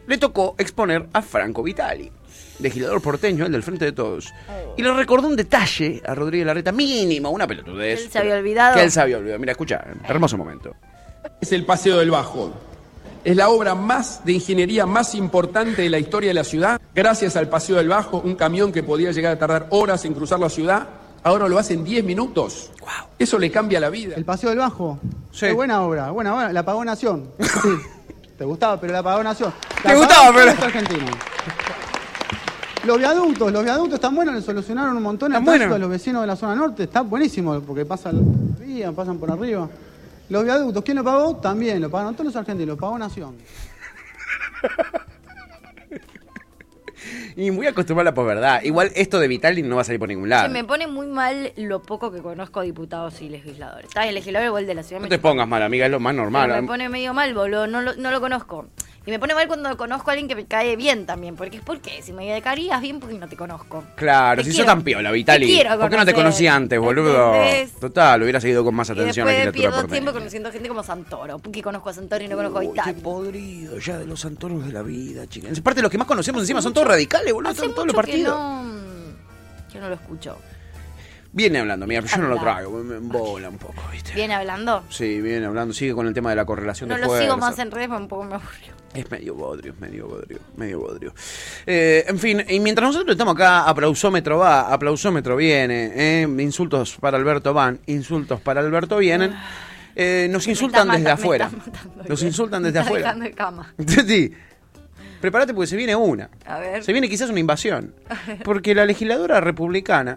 A: le tocó exponer a Franco Vitali, legislador porteño, el del frente de todos. Y le recordó un detalle a Rodríguez Larreta, mínimo, una pelotudez.
B: Que él se había olvidado.
A: Que él se había olvidado. Mira, escucha, hermoso momento.
O: es el Paseo del Bajo. Es la obra más de ingeniería más importante de la historia de la ciudad. Gracias al Paseo del Bajo, un camión que podía llegar a tardar horas en cruzar la ciudad, ahora lo hace en 10 minutos. Eso le cambia la vida.
N: El Paseo del Bajo.
O: Sí.
N: Qué buena obra. Buena obra. La pagó
O: *laughs*
N: Nación. Sí. Te gustaba, pero la pagó Nación. La
O: Te
N: pagó
O: gustaba,
N: el
O: pero-
N: Congreso Argentino. Los viaductos, los viaductos están buenos, le solucionaron un montón el
A: Están
N: tránsito
A: buenos.
N: a los vecinos de la zona norte. Está buenísimo, porque pasan la vía, pasan por arriba. Los viaductos, ¿quién lo pagó? También, lo pagaron todos los argentinos, lo pagó Nación.
A: Y muy acostumbrado a la posverdad. Igual esto de Vitali no va a salir por ningún
B: Se
A: lado.
B: me pone muy mal lo poco que conozco diputados y legisladores. Está bien, legislador igual de la ciudad.
A: No te
B: metropolitana.
A: pongas mal, amiga, es lo más
B: Pero
A: normal.
B: Me pone medio mal, boludo. No lo, no lo conozco. Y me pone mal cuando conozco a alguien que me cae bien también. Porque es porque si me caerías bien, porque no te conozco.
A: Claro, si
B: Te quiero-
A: sos tan piola,
B: te
A: Vitali.
B: quiero
A: ¿Por qué no te
B: conocer,
A: conocí antes, boludo?
B: ¿entendés?
A: Total, hubiera seguido con más
B: Y
A: atención a la
B: después
A: criatura
B: pierdo
A: porteña.
B: tiempo conociendo gente como Santoro. Porque conozco a Santoro y no conozco a Vitali.
A: podrido ya de los Santoros de la vida, chicas. Aparte, los que más conocemos encima son todos radicales, boludo. Están todos los
B: Mucho Que
A: partidos.
B: no, mm, que no lo escucho.
A: Viene hablando, mira, pero yo no lo
B: Habla.
A: traigo, me embola un poco, ¿viste?
B: ¿Viene hablando?
A: Sí, viene hablando, sigue con el tema de la correlación
B: No
A: de
B: lo sigo
A: fuerzas.
B: más en redes, porque un poco me aburrió.
A: Es medio bodrio, es medio bodrio, medio bodrio. Eh, en fin, y mientras nosotros estamos acá, aplausómetro va, aplausómetro viene, eh, insultos para Alberto van, insultos para Alberto vienen. Eh, nos insultan
B: Ah, Me está
A: desde
B: mata- me está
A: afuera.
B: matando.
A: Nos insultan
B: Me
A: desde
B: está
A: afuera.
B: dejando de cama.
A: *laughs* Sí. Prepárate porque se viene una.
B: A ver.
A: Se viene quizás una
B: *laughs*
A: invasión. Porque la legisladora republicana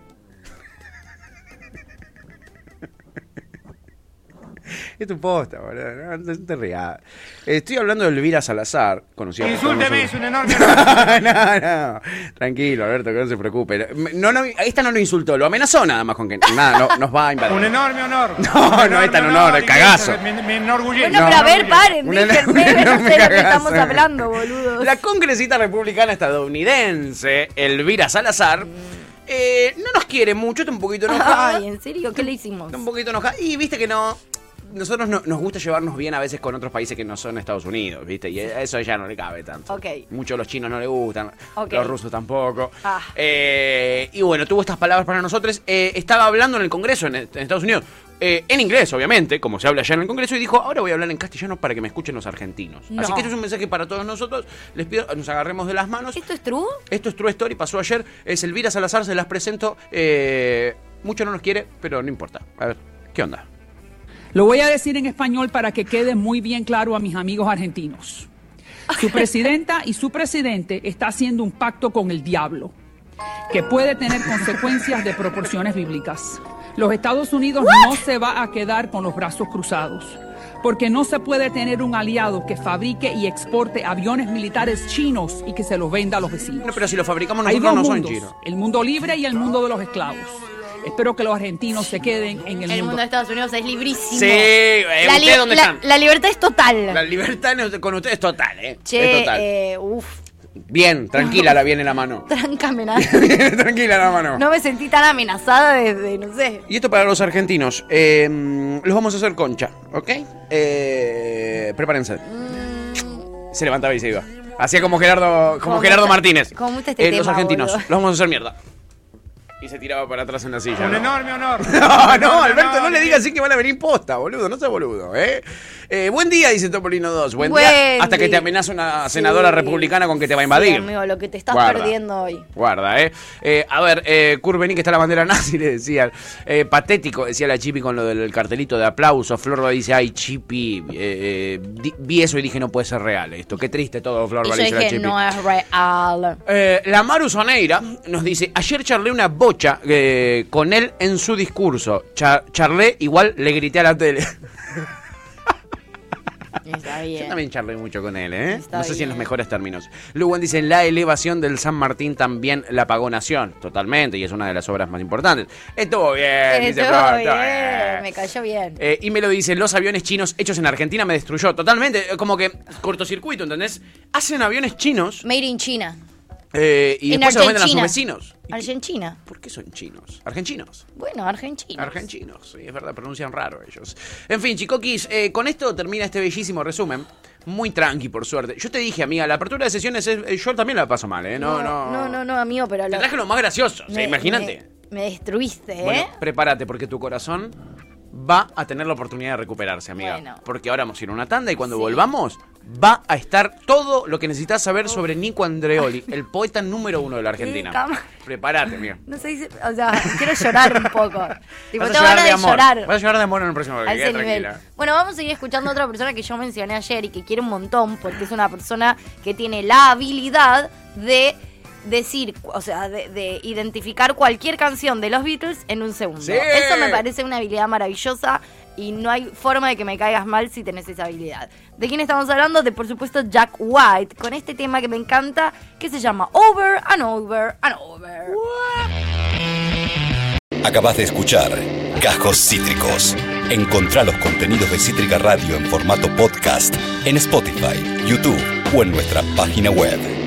A: *laughs* Es tu posta, boludo. No, no te rías. Estoy hablando de Elvira Salazar, conocida por todos
P: Insúlteme, es
A: nosotros.
P: un enorme.
A: *laughs* no, no. Tranquilo, Alberto, que no se preocupe. No, no, esta no lo insultó, lo amenazó nada más con que nada, no,
P: *laughs*
A: nos va a invadir.
P: Un enorme honor.
A: *laughs* No, no es tan honor, el cagazo.
P: Me, me enorgullece.
B: Bueno, pero a ver,
A: *laughs*
B: paren,
A: Una-
B: déjenme,
A: una-
B: no sé de lo que
A: cagazo.
B: estamos hablando, boludos. *laughs*
A: La congresista republicana estadounidense, Elvira Salazar, eh, no nos quiere mucho, está un poquito enojada.
B: Mm. Ay, ¿en serio? ¿Qué le hicimos?
A: Está un poquito enojada. Y viste que no. Nosotros no- nos gusta llevarnos bien a veces con otros países que no son Estados Unidos, ¿viste? Y a eso a ella no le cabe tanto.
B: Ok.
A: Muchos los chinos no le gustan,
B: Ok.
A: los rusos tampoco.
B: Ah.
A: Eh, y bueno, tuvo estas palabras para nosotros. Eh, estaba hablando en el Congreso en, en Estados Unidos, eh, en inglés, obviamente, como se habla allá en el Congreso, y dijo, ahora voy a hablar en castellano para que me escuchen los argentinos.
B: No.
A: Así que esto es un mensaje para todos nosotros. Les pido, nos agarremos de las manos.
B: ¿Esto es true?
A: Esto es True Story, pasó ayer. Es Elvira Salazar, se las presento. Eh, mucho no nos quiere, pero no importa. A ver, ¿qué onda?
Q: Lo voy a decir en español para que quede muy bien claro a mis amigos argentinos. Su presidenta y su presidente está haciendo un pacto con el diablo que puede tener consecuencias de proporciones bíblicas. Los Estados Unidos no se va a quedar con los brazos cruzados, porque no se puede tener un aliado que fabrique y exporte aviones militares chinos y que se los venda a los vecinos.
A: Bueno, pero si lo fabricamos
Q: Hay
A: nosotros
Q: dos
A: no son
Q: mundos,
A: chinos.
Q: el mundo libre y el mundo de los esclavos. Espero que los argentinos se queden en el,
B: El mundo de Estados Unidos es librísimo.
Q: Sí, eh,
B: la,
A: ¿ustedes dónde
B: la-
A: están?
B: la libertad es total.
A: La libertad no- con ustedes es total, ¿eh?
B: che,
A: es total.
B: eh, uf,
A: Bien,
B: *laughs*
A: tranquila la viene la mano. *laughs*
B: tráncame nada.
A: tranquila la mano.
B: No me sentí tan amenazada desde, no sé.
A: Y esto para los argentinos. eh, los vamos a hacer concha, ¿ok? Eh, prepárense. Se levantaba y se iba. Hacía como Gerardo, como
B: Mm. Como
A: Gerardo
B: gusta-
A: Martínez. Eh,
B: como gusta este
A: los
B: tema,
A: argentinos.
B: boludo.
A: Los vamos a hacer mierda. Y se tiraba para atrás en la silla.
C: Un
A: ¿no?
C: enorme honor.
A: *laughs* No, no, Alberto, no le digas así que van a venir posta, boludo, no seas boludo, ¿eh? Eh, buen día, dice Topolino 2. Buen,
B: Buen
A: día. Hasta que
B: día.
A: te amenaza una senadora republicana con que te va a
B: Sí,
A: invadir.
B: amigo, lo que te estás
A: Guarda.
B: perdiendo hoy.
A: Guarda, ¿eh? Eh, A ver, eh, Curveni, que está la bandera nazi, *laughs* le decían. Eh, patético, decía la Chipi con lo del cartelito de aplauso. Florba dice, ay, Chipi, eh, eh, di- vi eso y dije, no puede ser real esto. Qué triste todo,
B: Y
A: Florba,
B: yo
A: le dice la
B: dije,
A: Chipi.
B: no es
A: *laughs*
B: real.
A: Eh, la Maru Soneira nos dice, ayer charlé una bocha eh, con él en su discurso. Cha- charlé, igual le grité a la tele. *laughs*
B: Está
A: Yo
B: bien.
A: también charlé mucho con él, ¿eh?
B: Está
A: no sé si en los
B: bien.
A: mejores términos. Luwan dice, la elevación del San Martín también la pagó Nación. Totalmente, y es una de las obras más importantes. Estuvo bien, dice
B: Estuvo
A: Flor, estuvo
B: bien,
A: bien.
B: me cayó bien.
A: Eh, y me lo dice, los aviones chinos hechos en Argentina me destruyó totalmente. eh, Como que cortocircuito, ¿entendés? Hacen aviones chinos
B: Made in China.
A: eh, y
B: En
A: después se los venden a sus
B: Argentina.
A: vecinos.
B: Argentina.
A: ¿Por qué son chinos? Argentinos.
B: Bueno, Argentina.
A: Argentinos, sí, es verdad, pronuncian raro ellos. En fin, chicoquis, eh, con esto termina este bellísimo resumen. Muy tranqui, por suerte. Yo te dije, amiga, la apertura de sesiones es- eh, yo también la paso mal, ¿eh? No, no.
B: No, no, no, amigo, pero
A: Te traje lo más gracioso, sí,
B: Me-
A: imagínate.
B: Me ¿eh? destruiste, ¿eh?
A: Bueno, prepárate, porque tu corazón va a tener la oportunidad de recuperarse, amiga. Porque ahora vamos a ir a una tanda y cuando volvamos va a estar todo lo que necesitas saber sobre Nico Andreoli, el poeta número uno de la Argentina.
B: cama.
A: Prepárate, amiga.
B: No sé, dice- o sea, *laughs* quiero llorar un
A: *laughs*
B: poco. tipo,
A: Vas a
B: tengo
A: llorar
B: ganas
A: de
B: de
A: amor.
B: llorar.
A: Vas a llorar de amor en el próximo
B: a
A: video.
B: ese
A: queda
B: nivel.
A: tranquila.
B: Bueno, vamos a seguir escuchando a otra persona que yo mencioné ayer y que quiero un montón porque es una persona que tiene la habilidad de decir, o sea, de, de identificar cualquier canción de los Beatles en un segundo.
I: Sí.
B: Eso me parece una habilidad maravillosa y no hay forma de que me caigas mal si tenés esa habilidad. ¿De quién estamos hablando? De, por supuesto, Jack White, con este tema que me encanta, que se llama Over and Over and Over.
R: Acabas de escuchar Cajos Cítricos. Encontrá los contenidos de Cítrica Radio en formato podcast en Spotify, YouTube o en nuestra página web.